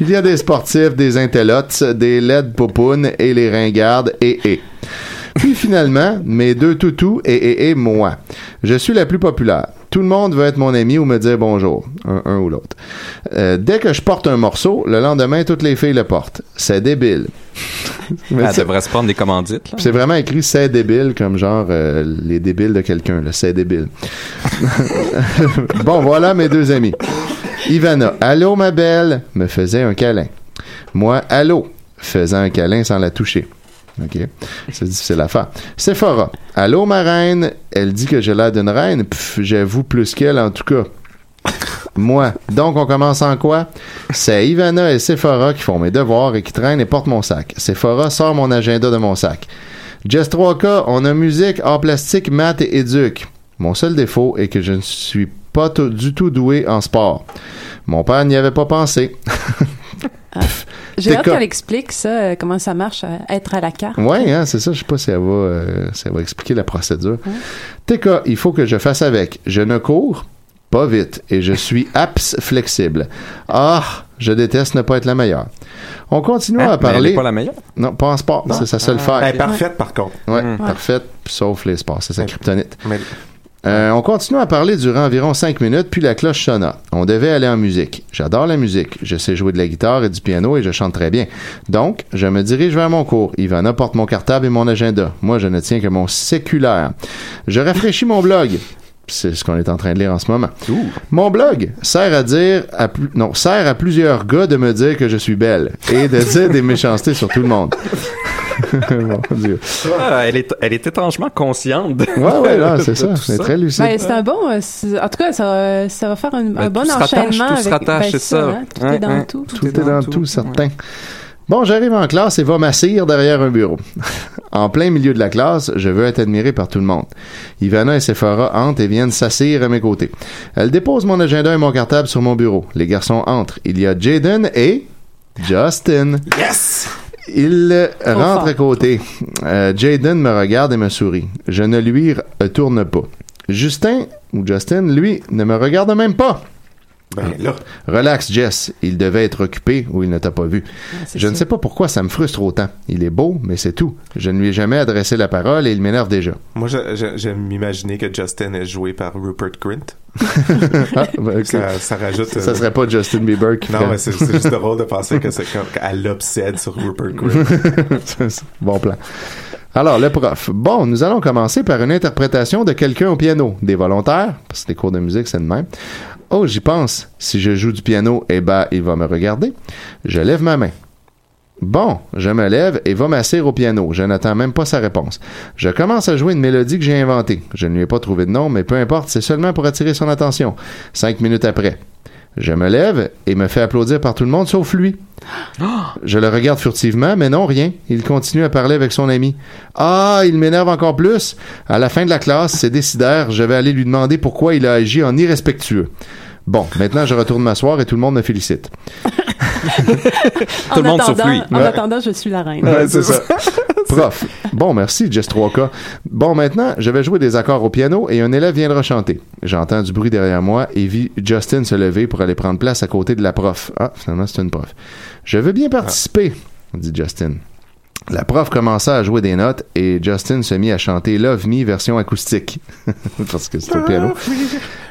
Speaker 5: Il y a des sportifs, des intellotes, des LED popounes et les ringardes et et. Puis finalement, mes deux toutous et et et moi. Je suis la plus populaire. Tout le monde veut être mon ami ou me dire bonjour, un, un ou l'autre. Euh, dès que je porte un morceau, le lendemain, toutes les filles le portent. C'est débile. [laughs] Mais
Speaker 6: Elle
Speaker 5: ça-
Speaker 6: devrait se prendre des commandites. là.
Speaker 5: puis C'est vraiment écrit c'est débile comme genre euh, les débiles de quelqu'un, là, c'est débile. [laughs] bon, voilà mes deux amis. Ivana, allô ma belle, me faisait un câlin. Moi, allô, faisant un câlin sans la toucher. OK. C'est difficile à faire. Sephora. Allô, ma reine. Elle dit que j'ai l'air d'une reine. Pff, J'avoue plus qu'elle, en tout cas. Moi. Donc, on commence en quoi? C'est Ivana et Sephora qui font mes devoirs et qui traînent et portent mon sac. Sephora sort mon agenda de mon sac. Just 3K, on a musique, art plastique, maths et éduc. Mon seul défaut est que je ne suis pas tout- du tout doué en sport. Mon père n'y avait pas pensé.
Speaker 4: J'ai
Speaker 5: T'es
Speaker 4: hâte
Speaker 5: co-
Speaker 4: qu'elle explique ça, euh, comment ça marche, euh, être à la carte.
Speaker 5: Ouais, hein, c'est ça. Je sais pas si elle va, euh, si elle va expliquer la procédure. TK, il faut que je fasse avec. Je ne cours pas vite et je suis abs flexible. Ah, je déteste ne pas être la meilleure. On continue
Speaker 6: Hein?
Speaker 5: à
Speaker 6: Mais elle
Speaker 5: parler.
Speaker 6: est pas la meilleure?
Speaker 5: Non, pas en sport.
Speaker 6: Non?
Speaker 5: C'est sa seule
Speaker 6: Ah,
Speaker 5: faille.
Speaker 6: elle est parfaite, Hmm.
Speaker 5: par contre. Ouais,
Speaker 6: Ouais.
Speaker 5: parfaite, sauf les sports. C'est sa kryptonite. Euh, on continue à parler durant environ cinq minutes, puis la cloche sonna. On devait aller en musique. J'adore la musique. Je sais jouer de la guitare et du piano et je chante très bien. Donc, je me dirige vers mon cours. Ivana porte mon cartable et mon agenda. Moi, je ne tiens que mon séculaire. Je rafraîchis mon blog. C'est ce qu'on est en train de lire en ce moment. Mon blog sert à dire à plus- non, sert à plusieurs gars de me dire que je suis belle et de dire des méchancetés sur tout le monde. [laughs] Mon Dieu.
Speaker 6: Ah, elle, est, elle est étrangement consciente.
Speaker 5: Ouais, ouais, là, c'est ça. C'est très lucide.
Speaker 4: Ben, c'est un bon. euh, c'est- En tout cas, ça, euh, ça va faire un, un
Speaker 5: Ben,
Speaker 4: bon
Speaker 5: tout se rattache,
Speaker 4: enchaînement.
Speaker 5: tout se
Speaker 4: avec-
Speaker 5: rattache,
Speaker 4: ben,
Speaker 5: c'est ça.
Speaker 4: hein, tout est
Speaker 5: Hein,
Speaker 4: dans
Speaker 5: hein,
Speaker 4: tout.
Speaker 5: Tout, est dans tout, certain. Bon, j'arrive en classe et va m'assire derrière un bureau. [laughs] en plein milieu de la classe, je veux être admiré par tout le monde. Ivana et Sephora entrent et viennent s'assire à mes côtés. Elles déposent mon agenda et mon cartable sur mon bureau. Les garçons entrent. Il y a Jaden et Justin. Yes! Il euh, rentre à côté. Euh, Jaden me regarde et me sourit. Je ne lui retourne pas. Justin ou Justin, lui, ne me regarde même pas. Relax, Jess. Il devait être occupé ou il ne t'a pas vu. je ne sais pas pourquoi ça me frustre autant. Il est beau, mais c'est tout. Je ne lui ai jamais adressé la parole et il
Speaker 8: [laughs]
Speaker 5: m'énerve déjà.
Speaker 8: Moi, je- je- j'aime m'imaginer que Justin est joué par Rupert Grint.
Speaker 5: Ah, ben, ok.
Speaker 8: Ça, ça rajoute. euh,
Speaker 5: Ça serait pas Justin Bieber qui
Speaker 8: Non,
Speaker 5: ferait-
Speaker 8: mais c'est c'est juste drôle de penser que c'est comme qu'elle l'obsède sur Rupert Grint.
Speaker 5: C'est ça. [laughs] bon plan. Alors, le prof. Bon, nous allons commencer par une interprétation de quelqu'un au piano. Des volontaires, parce que les cours de musique, c'est de même. Oh, j'y pense. Si je joue du piano, eh ben, il va me regarder. Je lève ma main. Bon, je me lève et va m'asseoir au piano. Je n'attends même pas sa réponse. Je commence à jouer une mélodie que j'ai inventée. Je ne lui ai pas trouvé de nom, mais peu importe, c'est seulement pour attirer son attention. Cinq minutes après. Je me lève et me fais applaudir par tout le monde sauf lui. Je le regarde furtivement, mais non, rien. Il continue à parler avec son ami. Ah, il m'énerve encore plus. À la fin de la classe, c'est décidaire, je vais aller lui demander pourquoi il a agi en irrespectueux. Bon, maintenant, je retourne m'asseoir et tout le monde me félicite.
Speaker 4: En
Speaker 5: Tout le monde
Speaker 4: attendant-
Speaker 5: sauf lui.
Speaker 4: En
Speaker 5: Ouais.
Speaker 4: attendant, je suis la reine.
Speaker 5: Ouais, c'est ça. [laughs] Prof. Bon, merci, Jess 3K. Bon, maintenant, je vais jouer des accords au piano et un élève viendra chanter. J'entends du bruit derrière moi et vis Justin se lever pour aller prendre place à côté de la prof. Ah, finalement, c'est une prof. Je veux bien participer, dit Justin. La prof commença à jouer des notes et Justin se mit à chanter Love Me version acoustique. [laughs] Parce que c'est au piano.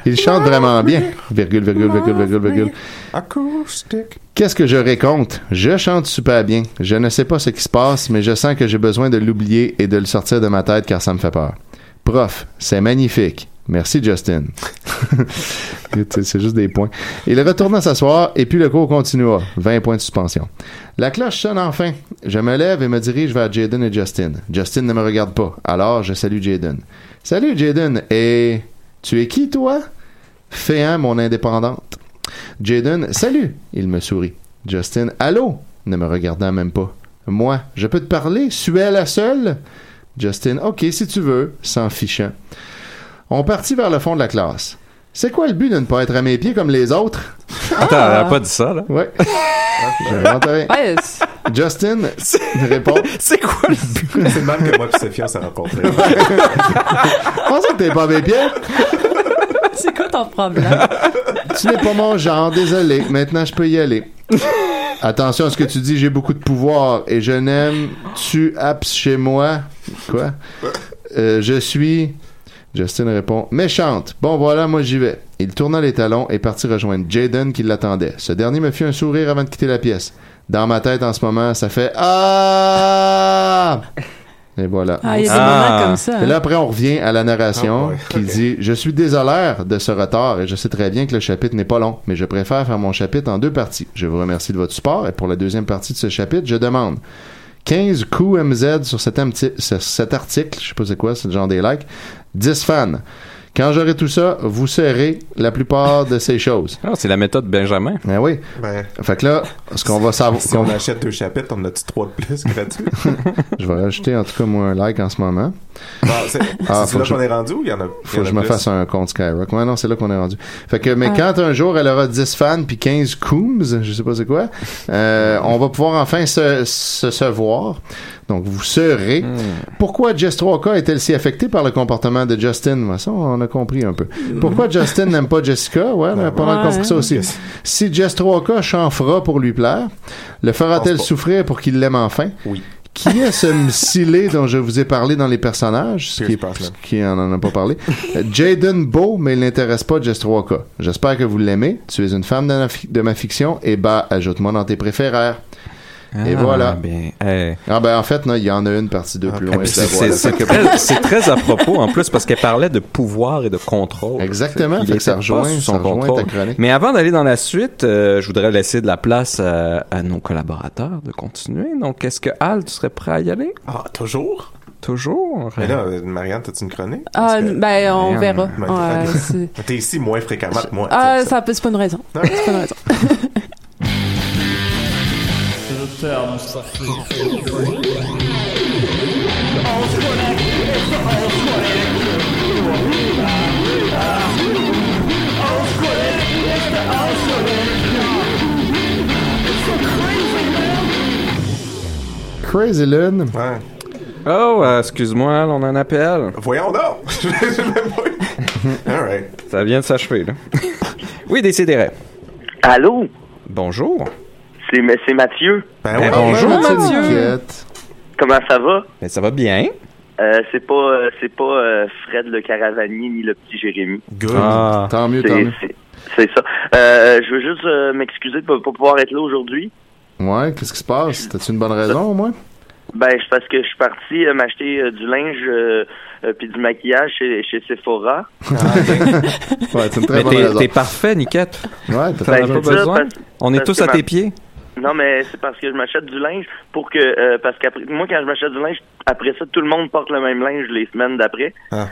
Speaker 5: Il chante vraiment bien. Virgule, virgule, virgule, virgule, virgule.
Speaker 8: Acoustic.
Speaker 5: Qu'est-ce que je raconte? Je chante super bien. Je ne sais pas ce qui se passe, mais je sens que j'ai besoin de l'oublier et de le sortir de ma tête car ça me fait peur. Prof, c'est magnifique. Merci, Justin. [laughs] C'est- c'est juste des points. Il retourna s'asseoir et puis le cours continua. 20 points de suspension. La cloche sonne enfin. Je me lève et me dirige vers Jaden et Justin. Justin ne me regarde pas, alors je salue Jaden. Salut, Jaden. Et tu es qui, toi? Féant, mon indépendante. Jaden, salut, il me sourit. Justin, allô, ne me regardant même pas. Moi, je peux te parler, suelle la seule? Justin, ok, si tu veux, s'en fichant. On partit vers le fond de la classe. C'est quoi le but de ne pas être à mes pieds comme les autres?
Speaker 6: Attends, elle a pas dit ça, là?
Speaker 5: Ouais. J'invente rien. Justin répond.
Speaker 6: C'est quoi le but?
Speaker 8: C'est mal que moi et Sophia, ça rencontré.
Speaker 5: Je pensais que t'es pas mes pieds.
Speaker 4: C'est quoi ton problème?
Speaker 5: Tu n'es pas mon genre, désolé. Maintenant, je peux y aller. Attention à ce que tu dis, j'ai beaucoup de pouvoir et je n'aime tu apps chez moi. Quoi? Euh, je suis. Justin répond Méchante. Bon, voilà, moi j'y vais. Il tourna les talons et partit rejoindre Jaden qui l'attendait. Ce dernier me fit un sourire avant de quitter la pièce. Dans ma tête en ce moment, ça fait Ah! Et voilà.
Speaker 4: Ah, il y a des Ah. moments comme ça, hein.
Speaker 5: Et là, après, on revient à la
Speaker 4: Ah
Speaker 5: narration
Speaker 4: ouais,
Speaker 5: qui dit Je suis désolé de ce retard et je sais très bien que le chapitre n'est pas long, mais je préfère faire mon chapitre en deux parties. Je vous remercie de votre support et pour la deuxième partie de ce chapitre, je demande 15 coups MZ sur cet, amti- sur cet article, je sais pas c'est quoi, c'est le genre des likes, 10 fans. Quand j'aurai tout ça, vous serez la plupart de ces choses.
Speaker 6: Ah, c'est la méthode Benjamin.
Speaker 5: Ben oui. Fait que là, ce qu'on va savoir.
Speaker 8: Si on achète deux chapitres, on en a-tu trois de plus gratuits?
Speaker 5: [laughs] Je vais rajouter en tout cas moi un like en ce moment.
Speaker 8: Bon, c'est
Speaker 5: Ah,
Speaker 8: c'est
Speaker 5: faut
Speaker 8: là
Speaker 5: que
Speaker 8: qu'on
Speaker 5: je-
Speaker 8: est rendu ou il y en a il y
Speaker 5: Faut
Speaker 8: en
Speaker 5: que
Speaker 8: a
Speaker 5: je me
Speaker 8: plus?
Speaker 5: fasse un compte Skyrock. Ouais, non, c'est là qu'on est rendu. Fait que, mais
Speaker 8: Ouais.
Speaker 5: quand un jour elle aura 10 fans puis 15 cooms, je sais pas c'est quoi, euh, on va pouvoir enfin se, se, se voir. Donc, vous serez.
Speaker 8: Hmm.
Speaker 5: Pourquoi Jess 3K est-elle si affectée par le comportement de Justin? Ouais, Ça, on a compris un peu. Pourquoi Justin n'aime pas Jessica? Ouais, on a pas mal
Speaker 8: Hmm. Ben ouais.
Speaker 5: compris ça aussi. Si Jess 3K chanfera pour lui plaire, le fera-t-elle souffrir pour qu'il l'aime enfin?
Speaker 8: Oui.
Speaker 5: Qui
Speaker 6: [laughs]
Speaker 5: est ce mcilé dont je vous ai parlé dans les personnages? Ce qui, est- ce qui en en a pas parlé. Euh, Jaden Beau, mais il n'intéresse pas Jess 3K. J'espère que vous l'aimez. Tu es une femme de, la fi- de ma fiction. Et bah, ajoute-moi dans tes préférères. Et
Speaker 6: Ah,
Speaker 5: voilà.
Speaker 6: ben, hey.
Speaker 5: Ah ben en fait, non, il y en a une partie 2 plus
Speaker 6: Ah,
Speaker 5: loin.
Speaker 6: puis
Speaker 5: je la
Speaker 6: c'est-
Speaker 5: vois,
Speaker 6: c'est-
Speaker 5: là.
Speaker 6: C'est très- c'est très à propos en plus parce qu'elle parlait de pouvoir et de contrôle.
Speaker 5: Exactement,
Speaker 6: Il
Speaker 5: fait que ça
Speaker 6: était
Speaker 5: rejoint-
Speaker 6: pas sous
Speaker 5: ça rejoint ta chronique.
Speaker 6: Mais avant d'aller dans la suite, euh, je voudrais laisser de la place euh, à nos collaborateurs de continuer. Donc, est-ce que Al, tu serais prêt à y aller
Speaker 8: Ah, toujours
Speaker 6: Toujours.
Speaker 8: Mais là, euh, Marianne, t'as-tu une chronique?
Speaker 4: Ah, ben, on
Speaker 8: Marianne,
Speaker 4: verra.
Speaker 8: mais
Speaker 4: Ah,
Speaker 8: t'es-
Speaker 4: c'est-
Speaker 8: T'es ici moins fréquemment que moi.
Speaker 4: Ah, ça, c'est pas une raison. C'est pas une raison.
Speaker 5: Crazy Lune.
Speaker 6: Oh, euh, excuse-moi, Al, on a un appel.
Speaker 8: Voyons donc! [laughs] All right.
Speaker 6: Ça vient de s'achever, là. oui, décidérez.
Speaker 13: Allô?
Speaker 6: Bonjour.
Speaker 13: C'est, mais c'est Mathieu.
Speaker 6: Ben oui, bonjour,
Speaker 13: ben, Mathieu
Speaker 6: Mathieu.
Speaker 13: Comment ça va?
Speaker 6: Ben, ça va bien.
Speaker 13: Euh, c'est pas, euh, c'est pas euh, Fred le Caravanier ni le petit Jérémy.
Speaker 6: Ah.
Speaker 5: Tant mieux,
Speaker 13: C'est-
Speaker 5: tant mieux.
Speaker 13: C'est ça. Euh, je veux juste euh, m'excuser de ne pas pouvoir être là aujourd'hui.
Speaker 5: Ouais, qu'est-ce qui se passe? T'as-tu une bonne raison
Speaker 6: [laughs]
Speaker 5: au moins?
Speaker 13: Ben, c'est parce que je suis parti euh, m'acheter euh, du linge euh, euh, puis du maquillage chez, chez Sephora.
Speaker 5: ouais, c'est une très
Speaker 6: Mais
Speaker 5: bonne
Speaker 6: t'es-
Speaker 5: raison.
Speaker 6: t'es parfait, Niquette.
Speaker 5: Ouais, t'as
Speaker 6: T'en as
Speaker 13: Ben,
Speaker 6: pas
Speaker 13: c'est ça,
Speaker 6: besoin.
Speaker 13: parce-
Speaker 6: On est
Speaker 13: parce
Speaker 6: tous
Speaker 13: que
Speaker 6: à
Speaker 13: ma-
Speaker 6: tes pieds.
Speaker 13: Non, mais c'est parce que je m'achète du linge pour que. euh, parce qu'après, moi, quand je m'achète du linge, après ça, tout le monde porte le même linge les semaines d'après.
Speaker 8: Ah,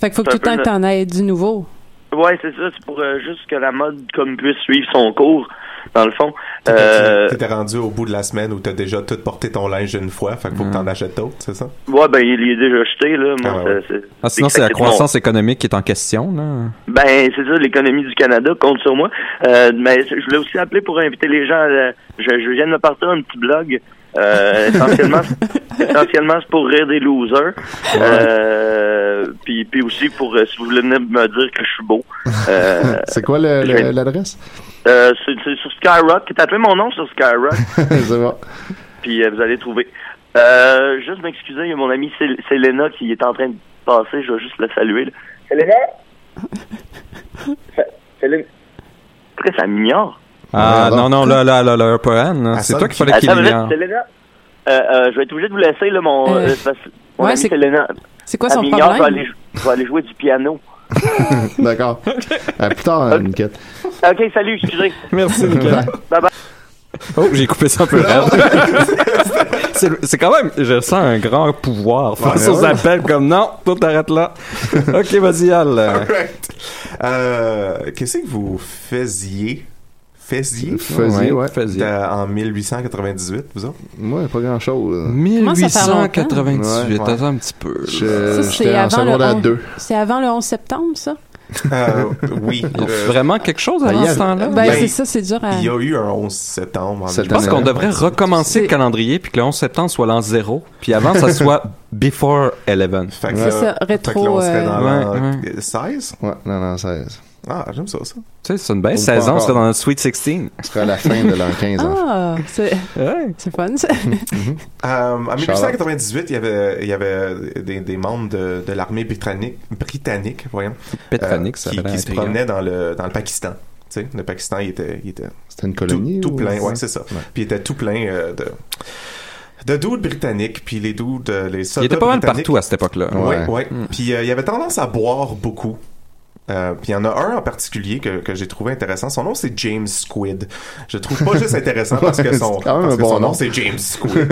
Speaker 4: Fait qu'il faut que tout le temps que t'en aies du nouveau.
Speaker 13: Ouais, c'est ça. C'est pour euh, juste que la mode comme puisse suivre son cours, dans le fond.
Speaker 8: T'étais-
Speaker 13: Euh,
Speaker 8: T'étais rendu au bout de la semaine où t'as déjà tout porté ton linge une fois, fait qu'il faut que
Speaker 6: Mm.
Speaker 8: t'en achètes d'autres, c'est ça?
Speaker 13: ouais, ben il est déjà jeté là. Moi, ça, c'est-
Speaker 6: Ah, sinon, c'est la croissance économique qui est en question. Là.
Speaker 13: Ben, c'est ça, l'économie du Canada compte sur moi. Euh, mais je voulais aussi appeler pour inviter les gens. euh, à la- je, je viens de me partir un petit blog. Euh,
Speaker 6: [laughs]
Speaker 13: essentiellement, essentiellement, c'est pour rire des losers. Euh, puis, puis aussi pour, euh, si vous voulez venir me dire que je suis beau. Euh,
Speaker 5: [laughs] C'est quoi le-
Speaker 13: je viens-
Speaker 5: le- l'adresse?
Speaker 13: euh, c'est c'est sur Skyrock. Tapez mon nom sur Skyrock,
Speaker 5: [laughs] C'est bon.
Speaker 13: puis euh, vous allez trouver. Euh, juste m'excuser, il y a mon amie Cél- Selena qui est en train de passer. Je vais juste la saluer. là. Selena? Selena? Après, ça m'ignore.
Speaker 6: Ah, non, non, là, là, là, là, pas Anne.
Speaker 13: Ah,
Speaker 6: C'est
Speaker 13: ça,
Speaker 6: toi
Speaker 13: qui-
Speaker 6: qu'il fallait
Speaker 13: Attends
Speaker 6: qu'il hein.
Speaker 13: une minute,
Speaker 6: ignore.
Speaker 13: Selena. Euh, euh, je vais être obligé de vous laisser, là, mon.
Speaker 6: Euh,
Speaker 13: euh, parce- mon
Speaker 6: ouais,
Speaker 13: ami
Speaker 6: c'est-
Speaker 13: Selena.
Speaker 4: c'est quoi son
Speaker 13: Elle m'ignore,
Speaker 4: problème?
Speaker 13: Je vais, aller, je vais aller jouer du piano.
Speaker 5: D'accord. À plus tard, hein, Niquette.
Speaker 13: [laughs] Ok, salut, excusez.
Speaker 6: Merci, Nicolas.
Speaker 13: Bye bye.
Speaker 6: Oh, j'ai coupé ça un peu raide. [laughs] c'est c'est quand même, je sens un grand pouvoir face
Speaker 8: Ouais,
Speaker 6: aux
Speaker 8: ouais.
Speaker 6: appels comme non, toi t'arrêtes là. ok, vas-y, Al.
Speaker 8: Alright. Euh, Qu'est-ce que vous faisiez? Faisiez?
Speaker 5: Faisiez, ouais.
Speaker 8: T'as- En 1898, vous autres?
Speaker 5: Moi, pas grand-chose.
Speaker 4: Comment ça fait longtemps?
Speaker 6: 1898, attends un petit peu.
Speaker 5: Je-
Speaker 4: Ça,
Speaker 5: J'étais en secondaire
Speaker 4: le
Speaker 5: 2.
Speaker 4: C'est avant le 11 septembre, ça?
Speaker 8: oui.
Speaker 6: Vraiment quelque chose
Speaker 4: avant
Speaker 6: avant
Speaker 4: il y a-
Speaker 6: ce temps-là?
Speaker 4: Ben, c'est ça, c'est dur à...
Speaker 8: Il y a eu un 11 septembre. en
Speaker 6: Je pense qu'on devrait recommencer le calendrier puis que le 11 septembre soit l'an 0 puis
Speaker 4: [laughs]
Speaker 6: avant ça soit before 11.
Speaker 8: Fait que là- Fait que là, on euh, serait
Speaker 4: euh,
Speaker 8: dans l'an 16?
Speaker 5: Ouais, non, non, 16.
Speaker 8: Ah, j'aime ça, ça.
Speaker 6: Tu sais, c'est une belle
Speaker 5: On
Speaker 6: 16
Speaker 5: peut
Speaker 6: ans,
Speaker 5: encore.
Speaker 6: c'est dans le Sweet 16.
Speaker 5: Ce sera la fin de l'an 15, en
Speaker 4: Ah, c'est c'est fun, ça.
Speaker 8: Euh, en
Speaker 5: Shout out.
Speaker 8: 1898, il y avait, il y avait des, des membres de, de l'armée britannique, britannique, voyons,
Speaker 6: Britannique,
Speaker 8: euh,
Speaker 6: ça
Speaker 8: qui,
Speaker 6: avait
Speaker 8: qui
Speaker 6: l'air
Speaker 8: se
Speaker 6: intriguant.
Speaker 8: promenaient dans le, dans le Pakistan. Tu sais, le Pakistan, il était, il était
Speaker 5: C'était une colonie.
Speaker 8: tout
Speaker 5: ou-
Speaker 8: plein, ouais, c'est ça. Puis il était tout plein euh, de de dudes britanniques, puis les dudes, euh, les soldats
Speaker 6: Il était pas mal
Speaker 8: britanniques-
Speaker 6: partout hein. Hmm. à cette époque-là.
Speaker 8: Ouais, ouais. Puis euh, il avait tendance à boire beaucoup. Euh, puis il y en a un en particulier que, que j'ai trouvé intéressant. Son nom c'est James Squid. Je le trouve pas
Speaker 6: [laughs]
Speaker 8: juste intéressant parce que son,
Speaker 5: [laughs] C'est quand même
Speaker 8: parce
Speaker 5: un
Speaker 8: que
Speaker 5: bon
Speaker 8: son
Speaker 5: nom.
Speaker 8: nom c'est James
Speaker 5: [laughs]
Speaker 8: Squid.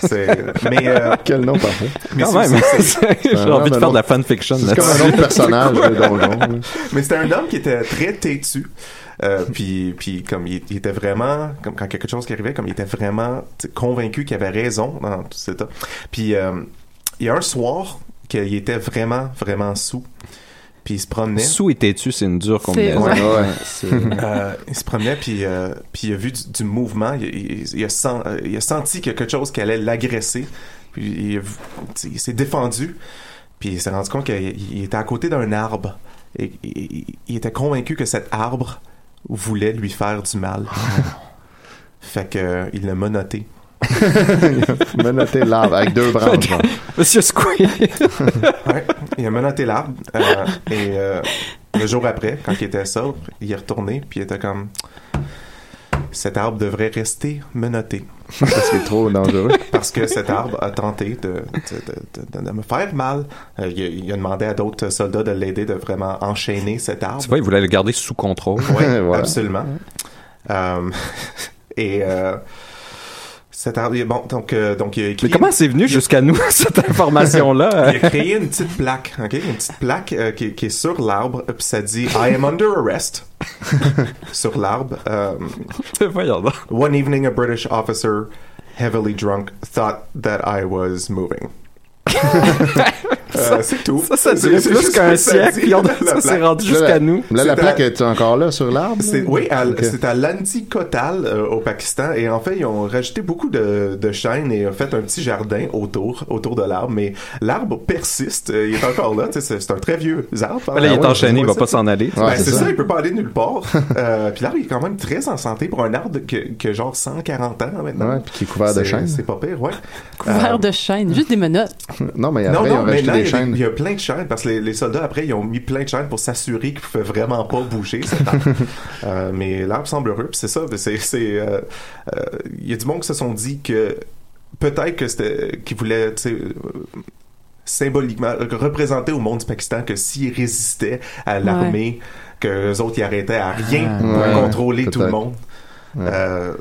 Speaker 8: C'est- mais euh,
Speaker 5: Quel nom parfait.
Speaker 8: mais
Speaker 6: Quand
Speaker 8: c'est-
Speaker 6: même, [laughs]
Speaker 8: c'est-
Speaker 6: j'ai
Speaker 8: c'est un
Speaker 6: envie de
Speaker 8: nom
Speaker 6: faire de la
Speaker 8: autre-
Speaker 6: fanfiction
Speaker 8: c'est comme
Speaker 6: là-dessus.
Speaker 8: un autre personnage
Speaker 6: C'est quoi?
Speaker 8: de donjon, mais c'était un homme qui était très têtu. Euh, puis, puis comme il, il était vraiment, comme quand quelque chose qui arrivait, comme il était vraiment tu sais, convaincu qu'il avait raison dans tout cet état. Puis euh, il y a un soir qu'il était vraiment, vraiment sous. Puis il se promenait.
Speaker 6: Sous et têtu, c'est une dure combinaison.
Speaker 8: Ouais, ouais.
Speaker 6: C'est-
Speaker 8: Euh, il se promenait, puis, euh, puis il a vu du, du mouvement. Il, il- il a sen- euh, il a senti qu'il y a quelque chose qui allait l'agresser. Puis il, a vu- tu sais, il s'est défendu. Puis il s'est rendu compte qu'il il était à côté d'un arbre. Et il, il- il était convaincu que cet arbre voulait lui faire du mal. fait que euh, il l'a menotté.
Speaker 5: Menotté l'arbre avec deux branches. genre.
Speaker 6: Monsieur Squid.
Speaker 8: Ouais, il a menotté l'arbre. euh, et euh, le jour après, quand il était sobre, il est retourné, puis il était comme Cet arbre devrait rester menotté.
Speaker 5: Parce qu'il est trop dangereux.
Speaker 8: Parce que cet arbre a tenté de, de- de- de- de me faire mal. Euh, il, a, il a demandé à d'autres soldats de l'aider, de vraiment enchaîner cet arbre.
Speaker 6: Tu vois, il voulait le garder sous contrôle.
Speaker 8: Oui,
Speaker 5: [laughs]
Speaker 6: Voilà.
Speaker 8: absolument. Euh, et euh, cet arbre, bon, donc, euh, donc il a écrit.
Speaker 6: Mais comment c'est venu jusqu'à nous, [laughs] cette information-là? [laughs]
Speaker 8: Il a créé une petite plaque, ok, une petite plaque euh, qui, qui est sur l'arbre, puis ça dit I am under arrest sur l'arbre. euh, One evening, a British officer, heavily drunk, thought that I was moving. Euh, c'est tout.
Speaker 6: Ça, ça a
Speaker 8: C'est-
Speaker 6: duré
Speaker 8: c'est
Speaker 6: plus
Speaker 8: juste
Speaker 6: qu'un
Speaker 8: que ça
Speaker 6: siècle,
Speaker 8: dit
Speaker 6: puis on-
Speaker 8: la
Speaker 6: ça s'est
Speaker 8: plaque.
Speaker 6: rendu
Speaker 5: Là, la- Là, la
Speaker 8: C'est
Speaker 5: plaque
Speaker 8: à-
Speaker 5: est encore là sur l'arbre?
Speaker 8: c'est-
Speaker 5: là?
Speaker 8: oui, à-
Speaker 5: Ok.
Speaker 8: c'est à l'Andikotal euh, au Pakistan et en fait ils ont rajouté beaucoup de, de chaînes et ont fait un petit jardin autour autour de l'arbre mais l'arbre persiste, euh, il est encore là, tu sais, c'est c'est un très vieux arbre.
Speaker 6: Ben là, il est
Speaker 8: Ah ouais,
Speaker 6: enchaîné,
Speaker 8: je
Speaker 6: il
Speaker 8: vois
Speaker 6: va pas s'en aller.
Speaker 8: Ben,
Speaker 6: Ouais,
Speaker 8: c'est
Speaker 6: c'est
Speaker 8: ça.
Speaker 6: ça,
Speaker 8: il peut pas aller nulle part. Euh, puis l'arbre il est quand même très en santé pour un arbre que, que genre 140 ans maintenant.
Speaker 5: Ouais, puis qui est couvert de
Speaker 8: C'est-
Speaker 5: chaînes.
Speaker 8: C'est pas pire, ouais.
Speaker 4: Couvert
Speaker 8: Euh,
Speaker 4: de chaînes, juste des menottes.
Speaker 5: Non, mais
Speaker 8: non,
Speaker 5: après,
Speaker 8: non,
Speaker 5: ils ont
Speaker 8: mais
Speaker 5: rajouté
Speaker 8: là,
Speaker 5: des
Speaker 8: il y a-
Speaker 5: chaînes.
Speaker 8: il y a plein de chaînes parce que les, les soldats après ils ont mis plein de chaînes pour s'assurer qu'ils pouvaient vraiment pas bouger cet
Speaker 5: [laughs]
Speaker 8: arbre. Euh, mais l'arbre semble heureux, puis c'est ça. c'est- c'est, euh, euh, il y a du monde qui se sont dit que peut-être que c'était qu'ils voulaient tu sais, euh, symboliquement euh, représenter au monde du Pakistan que s'ils résistaient à l'armée, que les autres ils arrêtaient à rien
Speaker 5: Ah,
Speaker 8: pour
Speaker 5: ouais,
Speaker 8: contrôler tout le
Speaker 5: peut-être.
Speaker 8: monde. Euh,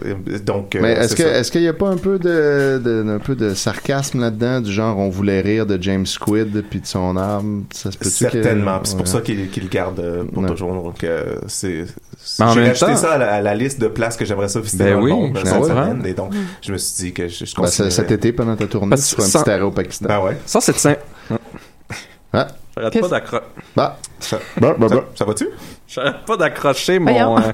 Speaker 8: donc, euh,
Speaker 5: Mais est-ce
Speaker 8: c'est
Speaker 5: que
Speaker 8: ça.
Speaker 5: est-ce qu'il n'y a pas un peu de, de- un peu de sarcasme là-dedans du genre on voulait rire de James Squid puis de son arme ça se peut
Speaker 8: Certainement, puis c'est pour ça qu'il qu'il le garde euh, pour toujours. Donc, euh, c'est.
Speaker 5: Mais en
Speaker 8: J'ai
Speaker 5: même
Speaker 8: rajouté
Speaker 5: temps-
Speaker 8: ça à la, à la liste de places que j'aimerais ça visiter
Speaker 5: Ben
Speaker 8: dans
Speaker 5: oui,
Speaker 8: le monde euh,
Speaker 5: je
Speaker 8: cette
Speaker 5: comprends.
Speaker 8: semaine. Et donc, je me suis dit que je, je
Speaker 5: Ben, ça-
Speaker 8: continuerais.
Speaker 5: cet été pendant ta tournée
Speaker 8: Parce
Speaker 5: tu fais un
Speaker 8: que sans-
Speaker 5: petit arrêt au Pakistan
Speaker 8: Ben ouais.
Speaker 6: Ça, c'est simple.
Speaker 5: Hein?
Speaker 6: J'arrête pas d'accro...
Speaker 5: Bah.
Speaker 8: Ça,
Speaker 5: bah, bah, bah.
Speaker 8: ça va-tu?
Speaker 6: J'arrête pas d'accrocher
Speaker 4: Voyons.
Speaker 6: mon, euh,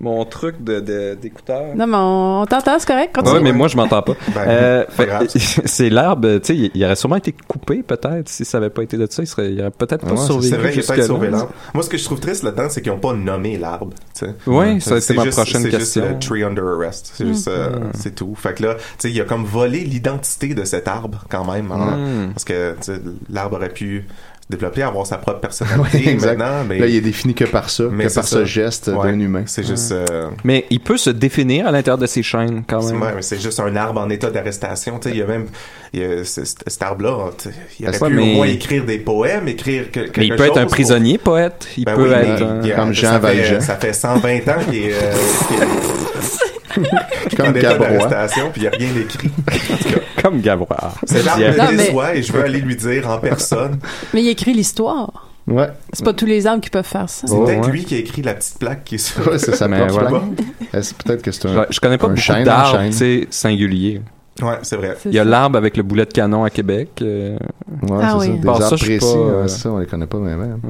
Speaker 6: mon truc de- de- d'écouteur.
Speaker 4: Non, mais on, on t'entend, c'est correct?
Speaker 6: Ouais,
Speaker 4: Continue.
Speaker 6: mais moi, je m'entends
Speaker 8: [laughs]
Speaker 6: pas.
Speaker 8: Ben,
Speaker 6: Euh, fait- [laughs] c'est l'herbe, tu sais, il- il aurait sûrement été coupé, peut-être, si ça avait pas été de ça. Il, serait, il aurait peut-être pas
Speaker 8: Ouais,
Speaker 6: survécu.
Speaker 8: C'est vrai qu'il a
Speaker 6: jusque-là.
Speaker 8: peut-être sauvé l'arbre. Moi, ce que je trouve triste là-dedans, c'est qu'ils n'ont pas nommé l'arbre. tu sais.
Speaker 6: Ouais, ça,
Speaker 8: C'est
Speaker 6: c'était Euh, ma
Speaker 8: juste-
Speaker 6: prochaine question.
Speaker 8: C'est juste le tree under arrest. C'est juste, euh,
Speaker 6: Mm.
Speaker 8: c'est tout. Fait que là, tu sais, il a comme volé l'identité de cet arbre quand même. hein.
Speaker 6: Hmm.
Speaker 5: Mm.
Speaker 8: Parce que tu sais, l'arbre aurait pu se développer, avoir sa propre
Speaker 6: [laughs]
Speaker 8: personnalité
Speaker 5: exact.
Speaker 8: maintenant. Mais...
Speaker 5: là il est défini que par ça
Speaker 8: mais
Speaker 5: que
Speaker 8: c'est
Speaker 5: par
Speaker 8: ça.
Speaker 5: ce geste
Speaker 8: Ouais,
Speaker 5: d'un humain
Speaker 8: C'est
Speaker 6: Hmm.
Speaker 8: juste. euh,
Speaker 6: Mais il peut se définir à l'intérieur de ses chaînes, quand
Speaker 8: c'est
Speaker 6: même.
Speaker 8: ouais, mais c'est juste un arbre en état d'arrestation. Tu sais, il y a même il y a ce- ce- cet arbre-là. hein, tu sais, Il
Speaker 6: Ben,
Speaker 8: aurait
Speaker 6: c'est
Speaker 8: pu
Speaker 6: pas- mais-
Speaker 8: au moins écrire des poèmes, écrire que- quelque
Speaker 6: Mais il peut être un
Speaker 8: chose pour-
Speaker 6: prisonnier poète. Il
Speaker 8: Ben
Speaker 6: peut
Speaker 8: oui,
Speaker 6: être. hein.
Speaker 8: mais
Speaker 6: un-
Speaker 8: il y a- ça fait- Ça fait 120 ans
Speaker 6: [laughs]
Speaker 8: qu'il est, euh, qu'il est- qu'il est en
Speaker 6: Comme
Speaker 8: état
Speaker 6: Gabrois.
Speaker 8: d'arrestation, puis il n'y a rien d'écrit.
Speaker 6: [laughs] Comme Gabrois.
Speaker 8: C'est l'arbre
Speaker 4: Non,
Speaker 8: de
Speaker 4: mais-
Speaker 8: déçoit et je veux aller lui dire en personne.
Speaker 4: Mais il écrit l'histoire.
Speaker 5: ouais
Speaker 4: C'est pas tous les arbres qui peuvent faire ça.
Speaker 8: C'est peut-être lui qui a écrit la petite plaque qui est sur.
Speaker 5: Ouais, c'est sa
Speaker 6: [laughs] Mais
Speaker 5: propre
Speaker 6: voilà.
Speaker 5: blague. Est-ce- peut-être que c'est un
Speaker 6: Je connais pas
Speaker 5: Euh, un
Speaker 6: beaucoup
Speaker 5: chêne en
Speaker 6: d'arbres,
Speaker 5: chêne.
Speaker 6: tu sais, singuliers.
Speaker 8: Ouais, c'est vrai.
Speaker 6: Il y a l'arbre avec le boulet de canon à Québec. euh,
Speaker 5: Ouais,
Speaker 6: par
Speaker 5: c'est ça. Des
Speaker 6: par
Speaker 5: arbres
Speaker 6: ça, je suis
Speaker 5: précis,
Speaker 6: pas, euh,
Speaker 5: ouais, c'est ça, on les connaît pas mais même.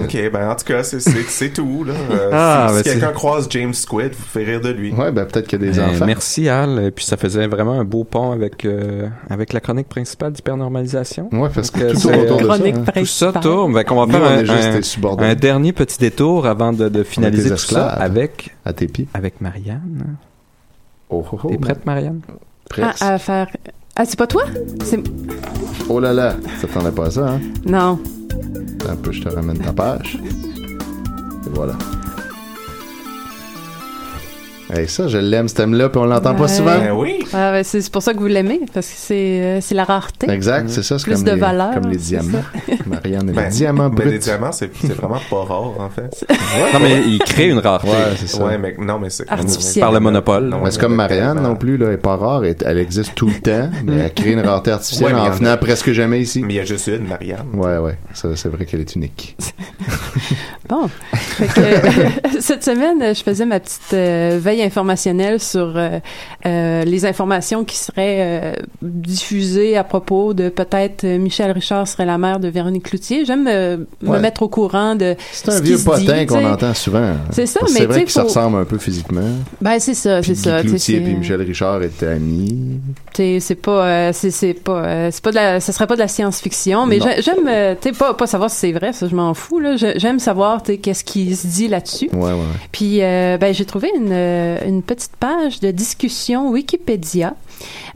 Speaker 8: Ok, ben en tout cas, c'est- c'est c'est tout. Là. Euh,
Speaker 6: Ah,
Speaker 8: si si
Speaker 6: ben, c'est-
Speaker 8: quelqu'un croise James Squid, vous faites rire de lui.
Speaker 5: Ouais, ben peut-être qu'il y a des
Speaker 6: Euh,
Speaker 5: enfants.
Speaker 6: Merci Al, Et puis ça faisait vraiment un beau pont avec euh, avec la chronique principale d'hypernormalisation.
Speaker 5: Ouais, parce que
Speaker 6: Donc, euh,
Speaker 5: tout tourne
Speaker 6: c'est-
Speaker 5: autour de ça, Chronique hein.
Speaker 6: Tout ça
Speaker 5: principale.
Speaker 6: tourne. Fait qu'on va
Speaker 5: Nous,
Speaker 6: faire
Speaker 5: on
Speaker 6: un-
Speaker 5: est juste des
Speaker 6: un,
Speaker 5: subordonnés.
Speaker 6: un dernier petit détour avant de, de finaliser tout ça
Speaker 5: esclaves.
Speaker 6: avec
Speaker 5: hein, à tes pieds.
Speaker 6: avec Marianne.
Speaker 5: Oh, oh, oh.
Speaker 6: T'es prête Marianne
Speaker 4: Ah, à faire. Ah, c'est pas toi? C'est.
Speaker 5: Oh là là, ça t'en pas à ça, hein?
Speaker 4: Non.
Speaker 5: Attends Un peu, je te ramène ta page. Et voilà. Hey, ça, je l'aime, ce thème-là, puis on l'entend pas
Speaker 4: Ouais.
Speaker 5: souvent.
Speaker 4: Euh, Ah, ben, c'est c'est pour ça que vous l'aimez, parce que c'est euh, c'est la rareté.
Speaker 5: Exact, c'est ça, c'est
Speaker 4: Plus
Speaker 5: comme,
Speaker 4: de
Speaker 5: les-
Speaker 4: valeur.
Speaker 5: comme les diamants. Marianne et les diamants
Speaker 8: ben, les
Speaker 5: bruts.
Speaker 8: diamants, c'est
Speaker 6: Hmm.
Speaker 8: c'est vraiment pas rare, en fait.
Speaker 6: Non mais il crée une rareté.
Speaker 5: Ouais, c'est ça.
Speaker 8: Ouais, mais non, mais c'est
Speaker 6: Par le monopole.
Speaker 5: Mais c'est comme Marianne non plus, là, elle est pas rare, elle, elle existe tout le
Speaker 4: [laughs]
Speaker 5: temps, mais elle crée une rareté artificielle
Speaker 8: Ouais, mais il y en
Speaker 5: en
Speaker 8: a-
Speaker 5: venant presque jamais ici.
Speaker 8: Mais il y a juste une, Marianne.
Speaker 5: Ouais, ouais, ça, c'est vrai qu'elle est unique. [laughs]
Speaker 4: Bon. Fait que, euh, cette semaine, euh, je faisais ma petite euh, veille informationnelle sur euh, euh, les informations qui seraient euh, diffusées à propos de peut-être euh, Michel Richard serait la mère de Véronique Cloutier. J'aime euh, me
Speaker 5: Ouais.
Speaker 4: mettre au courant de.
Speaker 5: C'est un vieux potin qu'on entend souvent. hein.
Speaker 4: C'est ça,
Speaker 5: Parce que
Speaker 4: mais
Speaker 5: C'est
Speaker 4: tu
Speaker 5: vrai
Speaker 4: sais,
Speaker 5: qu'ils se
Speaker 4: faut-
Speaker 5: ressemblent un peu physiquement.
Speaker 4: Ben, c'est ça, c'est
Speaker 5: Guy
Speaker 4: ça. tu sais,
Speaker 5: Cloutier
Speaker 4: c'est-
Speaker 5: puis Michel Richard étaient amis.
Speaker 4: T'sais, c'est pas euh, c'est c'est pas euh, c'est pas de la ça serait pas de la science-fiction mais
Speaker 5: Non.
Speaker 4: j'ai- j'aime euh, t'sais, pas pas savoir si c'est vrai ça je m'en fous là Je- j'aime savoir t'sais, qu'est-ce qui se dit là-dessus
Speaker 5: Ouais, ouais, ouais.
Speaker 4: puis euh, ben j'ai trouvé une euh, une petite page de discussion Wikipédia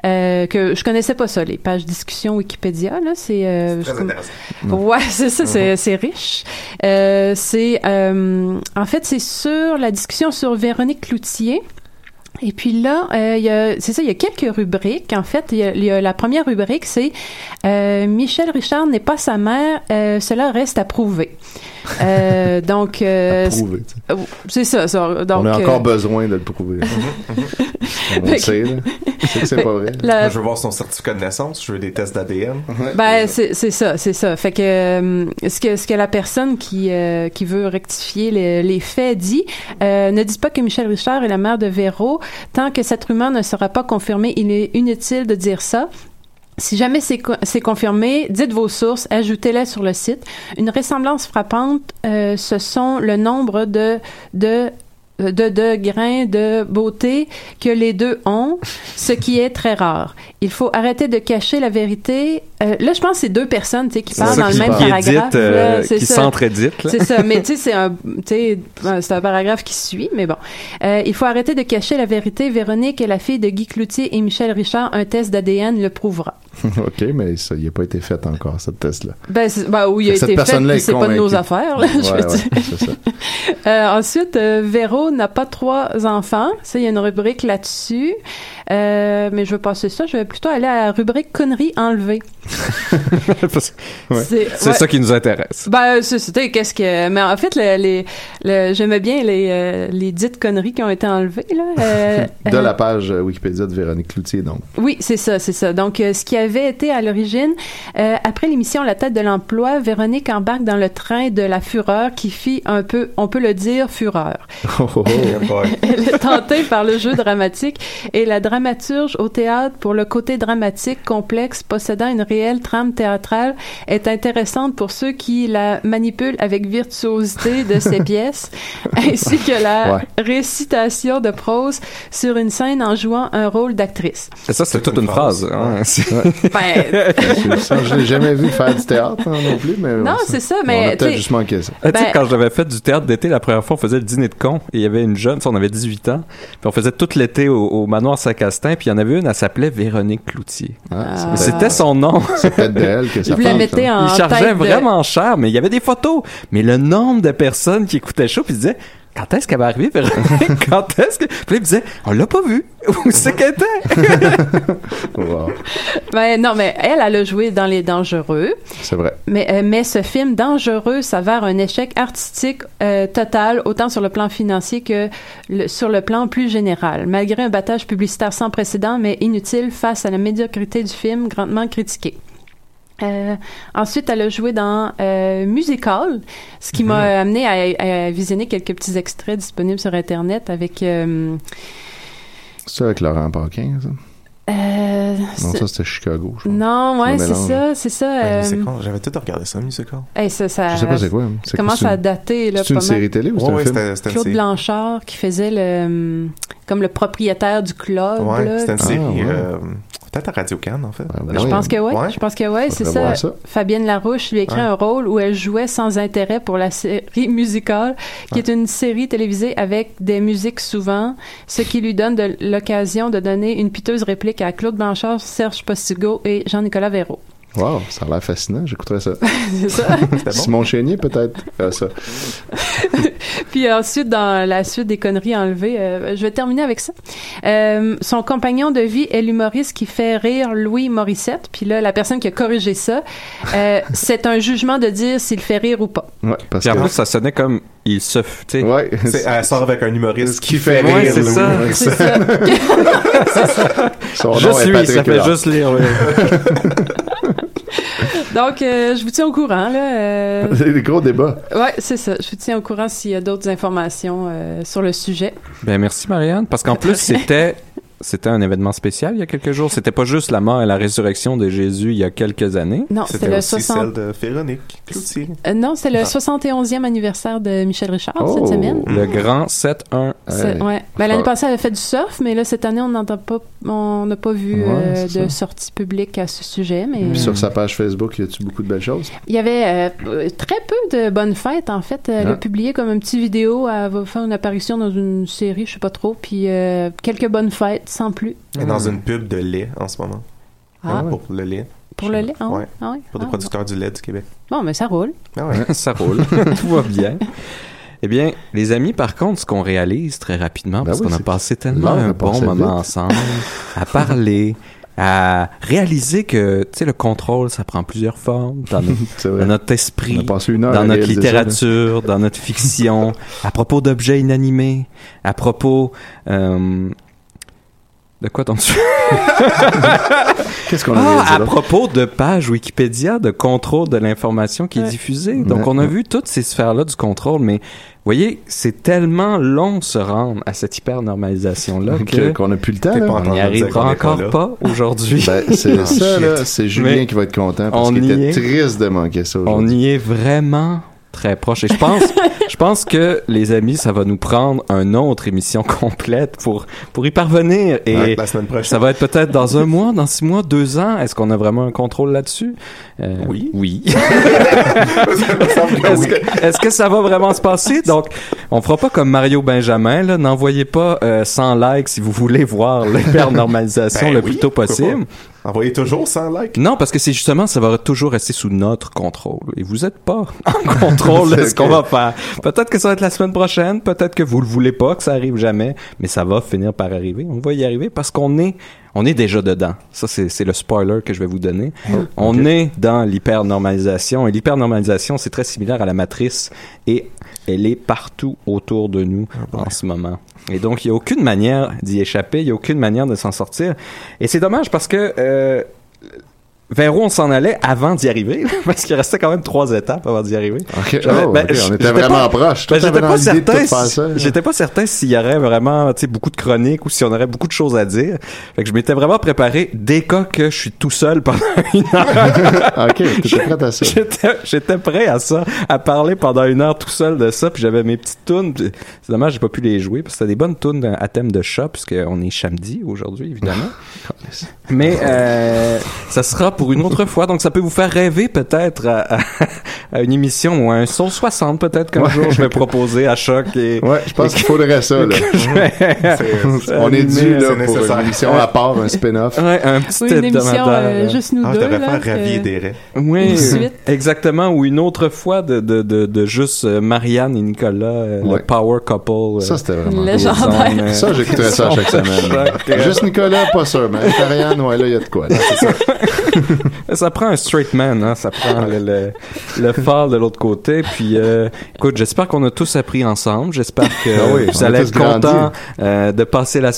Speaker 4: euh, que je connaissais pas ça les pages discussion Wikipédia là c'est euh, je- ouais [laughs] c'est ça c'est c'est riche euh, c'est euh, en fait c'est sur la discussion sur Véronique Cloutier et puis là, euh, il y a- c'est ça, il y a quelques rubriques. En fait, il y a- il y a la première rubrique, c'est euh, Michel Richard n'est pas sa mère, euh, cela reste à prouver. Euh, donc, euh,
Speaker 5: À prouver,
Speaker 4: c'est- euh, c'est ça. ça. donc,
Speaker 5: on
Speaker 4: euh,
Speaker 5: a
Speaker 4: Mhm,
Speaker 5: encore besoin de
Speaker 4: [laughs]
Speaker 5: le prouver. Mhm. on le sait, là. On sait que c'est pas vrai.
Speaker 4: La-
Speaker 8: Moi, je veux voir son certificat de naissance, je veux des tests d'ADN.
Speaker 4: Ben c'est c'est ça, c'est ça. Fait que euh, ce que ce que la personne qui euh, qui veut rectifier les, les faits dit, euh, ne dites pas que Michel Richard est la mère de Véro tant que cette rumeur ne sera pas confirmée. Il est inutile de dire ça. Si jamais c'est co- c'est confirmé, dites vos sources, ajoutez-les sur le site. Une ressemblance frappante, euh, ce sont le nombre de de de, de grains de beauté que les deux ont, ce qui est très rare. Il faut arrêter de cacher la vérité. Euh, là, je pense que c'est deux personnes tu sais, qui
Speaker 6: C'est
Speaker 4: parlent
Speaker 6: ça
Speaker 4: dans
Speaker 6: qui
Speaker 4: le même
Speaker 6: parle. Qui
Speaker 4: paragraphe.
Speaker 6: édite, euh,
Speaker 4: là, c'est
Speaker 6: qui
Speaker 4: ça.
Speaker 6: s'entre-édite, là.
Speaker 4: C'est ça. Mais tu sais, c'est un, tu sais, un- c'est un paragraphe qui suit, mais bon. Euh, il faut arrêter de cacher la vérité. Véronique est la fille de Guy Cloutier et Michel Richard. Un test d'ADN le prouvera.
Speaker 5: [laughs] OK, mais ça, il n'a pas été fait encore,
Speaker 4: [laughs]
Speaker 5: cette test-là.
Speaker 4: Ben, c'est- ben oui, il a
Speaker 5: Cette
Speaker 4: été fait,
Speaker 5: personne-là
Speaker 4: puis
Speaker 5: est
Speaker 4: c'est pas de nos
Speaker 5: convaincue.
Speaker 4: affaires. là, je
Speaker 5: Ouais,
Speaker 4: veux
Speaker 5: ouais,
Speaker 4: dire.
Speaker 5: c'est ça.
Speaker 4: Euh, ensuite, euh, Véro n'a pas trois enfants. Ça, il y a une rubrique là-dessus. Euh, mais je veux passer ça. Je vais plutôt aller à la rubrique conneries enlevées.
Speaker 6: Parce que- ouais.
Speaker 4: C'est-
Speaker 6: [laughs] C'est
Speaker 4: ouais.
Speaker 6: ça qui nous intéresse.
Speaker 4: Ben, c'est- c'était qu'est-ce que. Mais en fait, le- les, le- j'aimais bien les, euh, les dites conneries qui ont été enlevées, là. Euh,
Speaker 5: [laughs] De
Speaker 4: euh,
Speaker 5: la page euh, Wikipédia de Véronique Cloutier, donc. [laughs]
Speaker 4: Oui, c'est ça, c'est ça. Donc, euh, ce qui avait été à l'origine, euh, après l'émission La tête de l'emploi, Véronique embarque dans le train de la fureur qui fit un peu, on peut le dire, fureur. [laughs]
Speaker 5: Oh, oh, oh.
Speaker 4: Elle est tentée par le jeu dramatique et la dramaturge au théâtre pour le côté dramatique complexe possédant une réelle trame théâtrale est intéressante pour ceux qui la manipulent avec virtuosité de ses pièces ainsi que la
Speaker 6: Ouais.
Speaker 4: récitation de prose sur une scène en jouant un rôle d'actrice.
Speaker 6: Et ça, c'est toute une phrase. hein. [laughs] C'est-
Speaker 4: Ben,
Speaker 5: Ça, je l'ai jamais vu faire du théâtre hein, non plus, mais.
Speaker 4: Non,
Speaker 5: ouais,
Speaker 4: c'est ça,
Speaker 5: On
Speaker 4: mais,
Speaker 5: a peut-être
Speaker 4: t'sais-
Speaker 5: juste manqué ça. hein.
Speaker 6: Ah, tu sais,
Speaker 4: Ben-
Speaker 6: quand j'avais fait du théâtre d'été, la première fois, on faisait le dîner de con et il y avait une jeune, tu sais, on avait 18 ans, puis on faisait tout l'été au, au manoir Sacastin, puis il y en avait une, elle s'appelait Véronique Cloutier.
Speaker 4: Ah.
Speaker 6: Mais C'était
Speaker 4: [laughs]
Speaker 6: son nom.
Speaker 5: C'était d'elle que hein,
Speaker 4: ça Vous la parle, mettez ça. en
Speaker 6: [laughs] Il chargeait
Speaker 4: tête de-
Speaker 6: vraiment cher, mais il y avait des photos. Mais le nombre de personnes qui écoutaient chaud, puis ils disaient, quand est-ce qu'elle va arriver,
Speaker 4: [laughs]
Speaker 6: Véronique? Quand est-ce que... Puis là, ils disaient, on l'a pas vue. [laughs] Où c'est qu'elle était?
Speaker 5: Wow.
Speaker 4: ben, non, mais elle, elle a joué dans Les Dangereux.
Speaker 5: C'est vrai.
Speaker 4: Mais, euh, mais ce film dangereux s'avère un échec artistique euh, total, autant sur le plan financier que le- sur le plan plus général. Malgré un battage publicitaire sans précédent, mais inutile face à la médiocrité du film, grandement critiqué. Euh, ensuite, elle a joué dans euh, Musical, ce qui m'a amené à, à visionner quelques petits extraits disponibles sur Internet avec... euh,
Speaker 5: C'est ça avec Laurent Paquin, ça?
Speaker 4: euh,
Speaker 5: Non,
Speaker 4: ce-
Speaker 5: ça, c'était Chicago, je crois.
Speaker 4: non, ouais,
Speaker 5: Je me
Speaker 4: c'est
Speaker 5: mélange.
Speaker 4: ça, c'est ça.
Speaker 8: Ouais,
Speaker 4: euh,
Speaker 8: musical. J'avais tout regardé ça, musical.
Speaker 4: hey, ça, ça-
Speaker 5: Je sais pas c'est quoi, hein. C'est
Speaker 4: euh, Comment
Speaker 5: quoi, c'est
Speaker 4: ça a
Speaker 5: une-
Speaker 4: daté, là,
Speaker 5: c'est une
Speaker 4: pas mal.
Speaker 5: série télé ou c'est
Speaker 8: Ouais,
Speaker 5: un
Speaker 8: ouais,
Speaker 5: film?
Speaker 8: c'était- c'était une
Speaker 4: Claude
Speaker 8: série.
Speaker 4: Blanchard qui faisait le comme le propriétaire du club.
Speaker 8: Ouais,
Speaker 4: là.
Speaker 8: c'était une
Speaker 4: Ah,
Speaker 8: série.
Speaker 4: ouais.
Speaker 8: euh, Peut-être à Radio-Can, en fait.
Speaker 5: Ah, ben
Speaker 4: Je pense que ouais, je pense que ouais, c'est
Speaker 8: Faudrait
Speaker 4: ça.
Speaker 8: voir ça.
Speaker 4: Fabienne Larouche lui a écrit
Speaker 8: Ouais.
Speaker 4: un rôle où elle jouait sans intérêt pour la série musicale, qui est une série télévisée avec des musiques souvent, ce qui lui donne de- l'occasion de donner une piteuse réplique à Claude Blanchard, Serge Postigo et Jean-Nicolas Véraud. [laughs]
Speaker 5: Wow, ça a l'air fascinant, j'écouterais ça.
Speaker 4: C'est ça.
Speaker 5: Simon Chénier, peut-être. Ah, ça.
Speaker 4: Puis ensuite, dans la suite des conneries enlevées, euh, je vais terminer avec ça. Euh, son compagnon de vie est l'humoriste qui fait rire Louis Morissette. Puis là, la personne qui a corrigé ça,
Speaker 8: [laughs]
Speaker 4: euh, c'est un jugement de dire s'il fait rire ou pas.
Speaker 5: Ouais, parce
Speaker 6: Puis en
Speaker 5: que-
Speaker 6: plus, ça sonnait comme il se. f- tu sais.
Speaker 8: C'est- Elle sort avec un humoriste qui fait
Speaker 6: Ouais,
Speaker 8: rire.
Speaker 6: c'est
Speaker 8: Louis
Speaker 6: ça.
Speaker 8: Morissette.
Speaker 6: C'est
Speaker 8: [laughs]
Speaker 6: ça.
Speaker 5: Son nom
Speaker 6: Juste
Speaker 5: est
Speaker 6: lui,
Speaker 5: Patrick
Speaker 6: ça fait
Speaker 5: Huard.
Speaker 6: juste lire. ouais.
Speaker 4: Donc, euh, je vous tiens au courant. Là, euh,
Speaker 5: [laughs] C'est des gros débats.
Speaker 4: ouais, c'est ça. Je vous tiens au courant s'il y a d'autres informations euh, sur le sujet.
Speaker 6: Ben merci Marianne, parce qu'en plus c'était c'était un événement spécial il y a quelques jours. C'était pas juste la mort et la résurrection de Jésus il y a quelques années.
Speaker 4: Non, c'était le
Speaker 8: aussi
Speaker 4: 60
Speaker 8: celle de Véronique Cloutier.
Speaker 4: Euh, non, c'est le
Speaker 6: Ah.
Speaker 4: 71e anniversaire de Michel Richard
Speaker 8: Oh!
Speaker 5: Oh.
Speaker 4: cette semaine.
Speaker 6: le grand 7-1.
Speaker 4: C'est- ouais. Ben, l'année passée, elle a fait du surf, mais là, cette année, on n'entend pas, on n'a pas vu
Speaker 5: Ouais,
Speaker 4: euh,
Speaker 5: c'est
Speaker 4: de
Speaker 5: ça.
Speaker 4: sortie publique à ce sujet, mais.
Speaker 5: Puis sur sa page Facebook, y a-tu beaucoup de
Speaker 6: [laughs]
Speaker 5: belles choses?
Speaker 4: Il y avait euh, très peu de bonnes fêtes, en fait. Elle a
Speaker 5: Ah.
Speaker 4: publié comme une petite vidéo, elle va faire une apparition dans une série, je sais pas trop, puis euh, quelques bonnes fêtes, sans plus.
Speaker 8: Elle est dans une pub de lait en ce moment.
Speaker 4: Ah.
Speaker 8: Pour le lait.
Speaker 4: Pour le lait, ah ouais,
Speaker 8: Ouais.
Speaker 4: ah ouais,
Speaker 8: Pour des
Speaker 4: ah.
Speaker 8: producteurs du lait du Québec.
Speaker 4: Bon, mais ça roule.
Speaker 8: Ah ouais.
Speaker 6: [laughs] ça roule,
Speaker 5: [laughs]
Speaker 6: tout va bien. Eh bien, les amis, par contre, ce qu'on réalise très rapidement,
Speaker 5: Ben
Speaker 6: parce
Speaker 14: oui,
Speaker 6: qu'on a
Speaker 14: c'est-
Speaker 6: passé tellement
Speaker 14: l'heure
Speaker 6: un
Speaker 14: a
Speaker 6: bon
Speaker 14: passé
Speaker 6: moment
Speaker 14: vite.
Speaker 6: ensemble, à parler,
Speaker 5: [laughs]
Speaker 6: à réaliser que, tu sais, le contrôle, ça prend plusieurs formes dans, nos- dans notre esprit,
Speaker 5: On a passé une heure à
Speaker 6: dans notre
Speaker 5: réaliser ça, là.
Speaker 6: littérature, dans notre
Speaker 5: [laughs]
Speaker 6: fiction, à propos d'objets inanimés, à propos... euh, de quoi t'en tu
Speaker 5: Qu'est-ce qu'on a
Speaker 6: Ah,
Speaker 5: réalisé
Speaker 6: à
Speaker 5: là?
Speaker 6: propos de pages Wikipédia de contrôle de l'information qui est diffusée. Donc,
Speaker 5: Ouais.
Speaker 6: on a vu toutes ces sphères-là du contrôle, mais voyez, c'est tellement long de se rendre à cette hyper-normalisation-là que
Speaker 5: Que- Qu'on a plus le temps.
Speaker 6: T'es
Speaker 5: là.
Speaker 6: pas en train On y de dire arrivera qu'on est pas encore là. pas aujourd'hui.
Speaker 5: Ben,
Speaker 6: [laughs]
Speaker 5: c'est
Speaker 6: Oh,
Speaker 5: ça,
Speaker 6: shit.
Speaker 5: là. C'est Julien
Speaker 6: Mais
Speaker 5: qui va être content parce
Speaker 6: on
Speaker 5: qu'il
Speaker 6: y
Speaker 5: était
Speaker 6: est.
Speaker 5: triste de manquer ça
Speaker 6: on
Speaker 5: aujourd'hui.
Speaker 6: y est vraiment très proche. Et je pense, je pense que, les amis, ça va nous prendre une autre émission [laughs] complète pour, pour y parvenir. Et
Speaker 5: ben,
Speaker 8: Ouais, la semaine prochaine.
Speaker 6: Ça va être peut-être dans un mois, dans six mois, deux ans. Est-ce qu'on a vraiment un contrôle là-dessus? Euh, oui. Oui. [laughs] Est-ce que, est-ce que ça va vraiment se passer? Donc, on fera pas comme Mario Benjamin, là. N'envoyez pas euh, 100 likes si vous voulez voir l'hyper-normalisation
Speaker 8: Ben
Speaker 6: le
Speaker 8: oui,
Speaker 6: plus tôt
Speaker 8: pourquoi
Speaker 6: possible.
Speaker 8: Envoyez toujours 100 likes.
Speaker 6: Non, parce que c'est justement, ça va toujours rester sous notre contrôle. Et vous n'êtes pas [laughs] en contrôle de
Speaker 8: C'est
Speaker 6: ce qu'on
Speaker 8: ok.
Speaker 6: va faire. Peut-être que ça va être la semaine prochaine, peut-être que vous le voulez pas, que ça arrive jamais, mais ça va finir par arriver. On va y arriver parce qu'on est, on est déjà dedans. Ça, c'est c'est le spoiler que je vais vous donner. on est dans l'hypernormalisation. Et l'hypernormalisation, c'est très similaire à la matrice. Et elle est partout autour de nous en ce moment. Et donc, il n'y a aucune manière d'y échapper, il n'y a aucune manière de s'en sortir. Et c'est dommage parce que euh, vers où on s'en allait avant d'y arriver, [laughs] parce qu'il restait quand même trois étapes avant d'y arriver. J'avais- ben,
Speaker 5: Oh, ok,
Speaker 6: j-
Speaker 5: on était
Speaker 6: j'étais
Speaker 5: vraiment proche. Toi,
Speaker 6: ben, j'étais
Speaker 5: t'avais
Speaker 6: pas
Speaker 5: dans l'idée de
Speaker 6: certain
Speaker 5: tout faire
Speaker 6: si-
Speaker 5: ça, là.
Speaker 6: J'étais pas certain s'il y aurait vraiment tu sais, beaucoup de chroniques ou si on aurait beaucoup de choses à dire. Fait que je m'étais vraiment préparé des cas que je suis tout seul pendant [laughs] une heure.
Speaker 5: Ah,
Speaker 6: [laughs]
Speaker 5: ok, t'étais prêt à ça.
Speaker 6: J'étais- J'étais prêt à ça, à parler pendant une heure tout seul de ça, puis j'avais mes petites tunes. puis C'est dommage, j'ai pas pu les jouer, parce que c'était des bonnes tunes à thème de chat, puisqu'on est samedi aujourd'hui, [laughs] évidemment. Mais euh, ça sera pour une autre fois, donc ça peut vous faire rêver peut-être à, à- à une émission ou à un son 60 peut-être qu'un
Speaker 5: Ouais.
Speaker 6: jour je vais proposer à Choc. [laughs] Et,
Speaker 5: Ouais, je pense qu'il faudrait ça,
Speaker 6: [laughs]
Speaker 5: là. On est dû, là, pour une émission à part, un spin-off.
Speaker 6: Ouais, un petit
Speaker 4: Oui, une émission,
Speaker 6: hebdomadaire,
Speaker 4: euh,
Speaker 6: là.
Speaker 4: juste nous Ah, je deux, devrais là, faire Ravier que- des raies.
Speaker 6: Oui, euh,
Speaker 4: Une suite.
Speaker 6: exactement. Ou une autre fois de, de, de, de juste euh, Marianne et Nicolas, euh, le power couple. euh,
Speaker 5: Ça, c'était vraiment cool.
Speaker 6: Légendaire. Ils ont, euh,
Speaker 5: Ça, j'écouterais ça à chaque
Speaker 6: ils ont-
Speaker 5: semaine.
Speaker 6: Choc,
Speaker 5: Juste Nicolas, pas sûr, mais Ariane, ouais, là, il y a de quoi. là.
Speaker 6: Ça prend un straight man, hein, ça prend le, le, le phare de l'autre côté. Puis, euh, écoute, j'espère qu'on a tous appris ensemble. J'espère que
Speaker 5: Ah oui,
Speaker 6: vous
Speaker 5: on a
Speaker 6: allez
Speaker 5: tous
Speaker 6: être
Speaker 5: grandi.
Speaker 6: contents euh, de passer la semaine.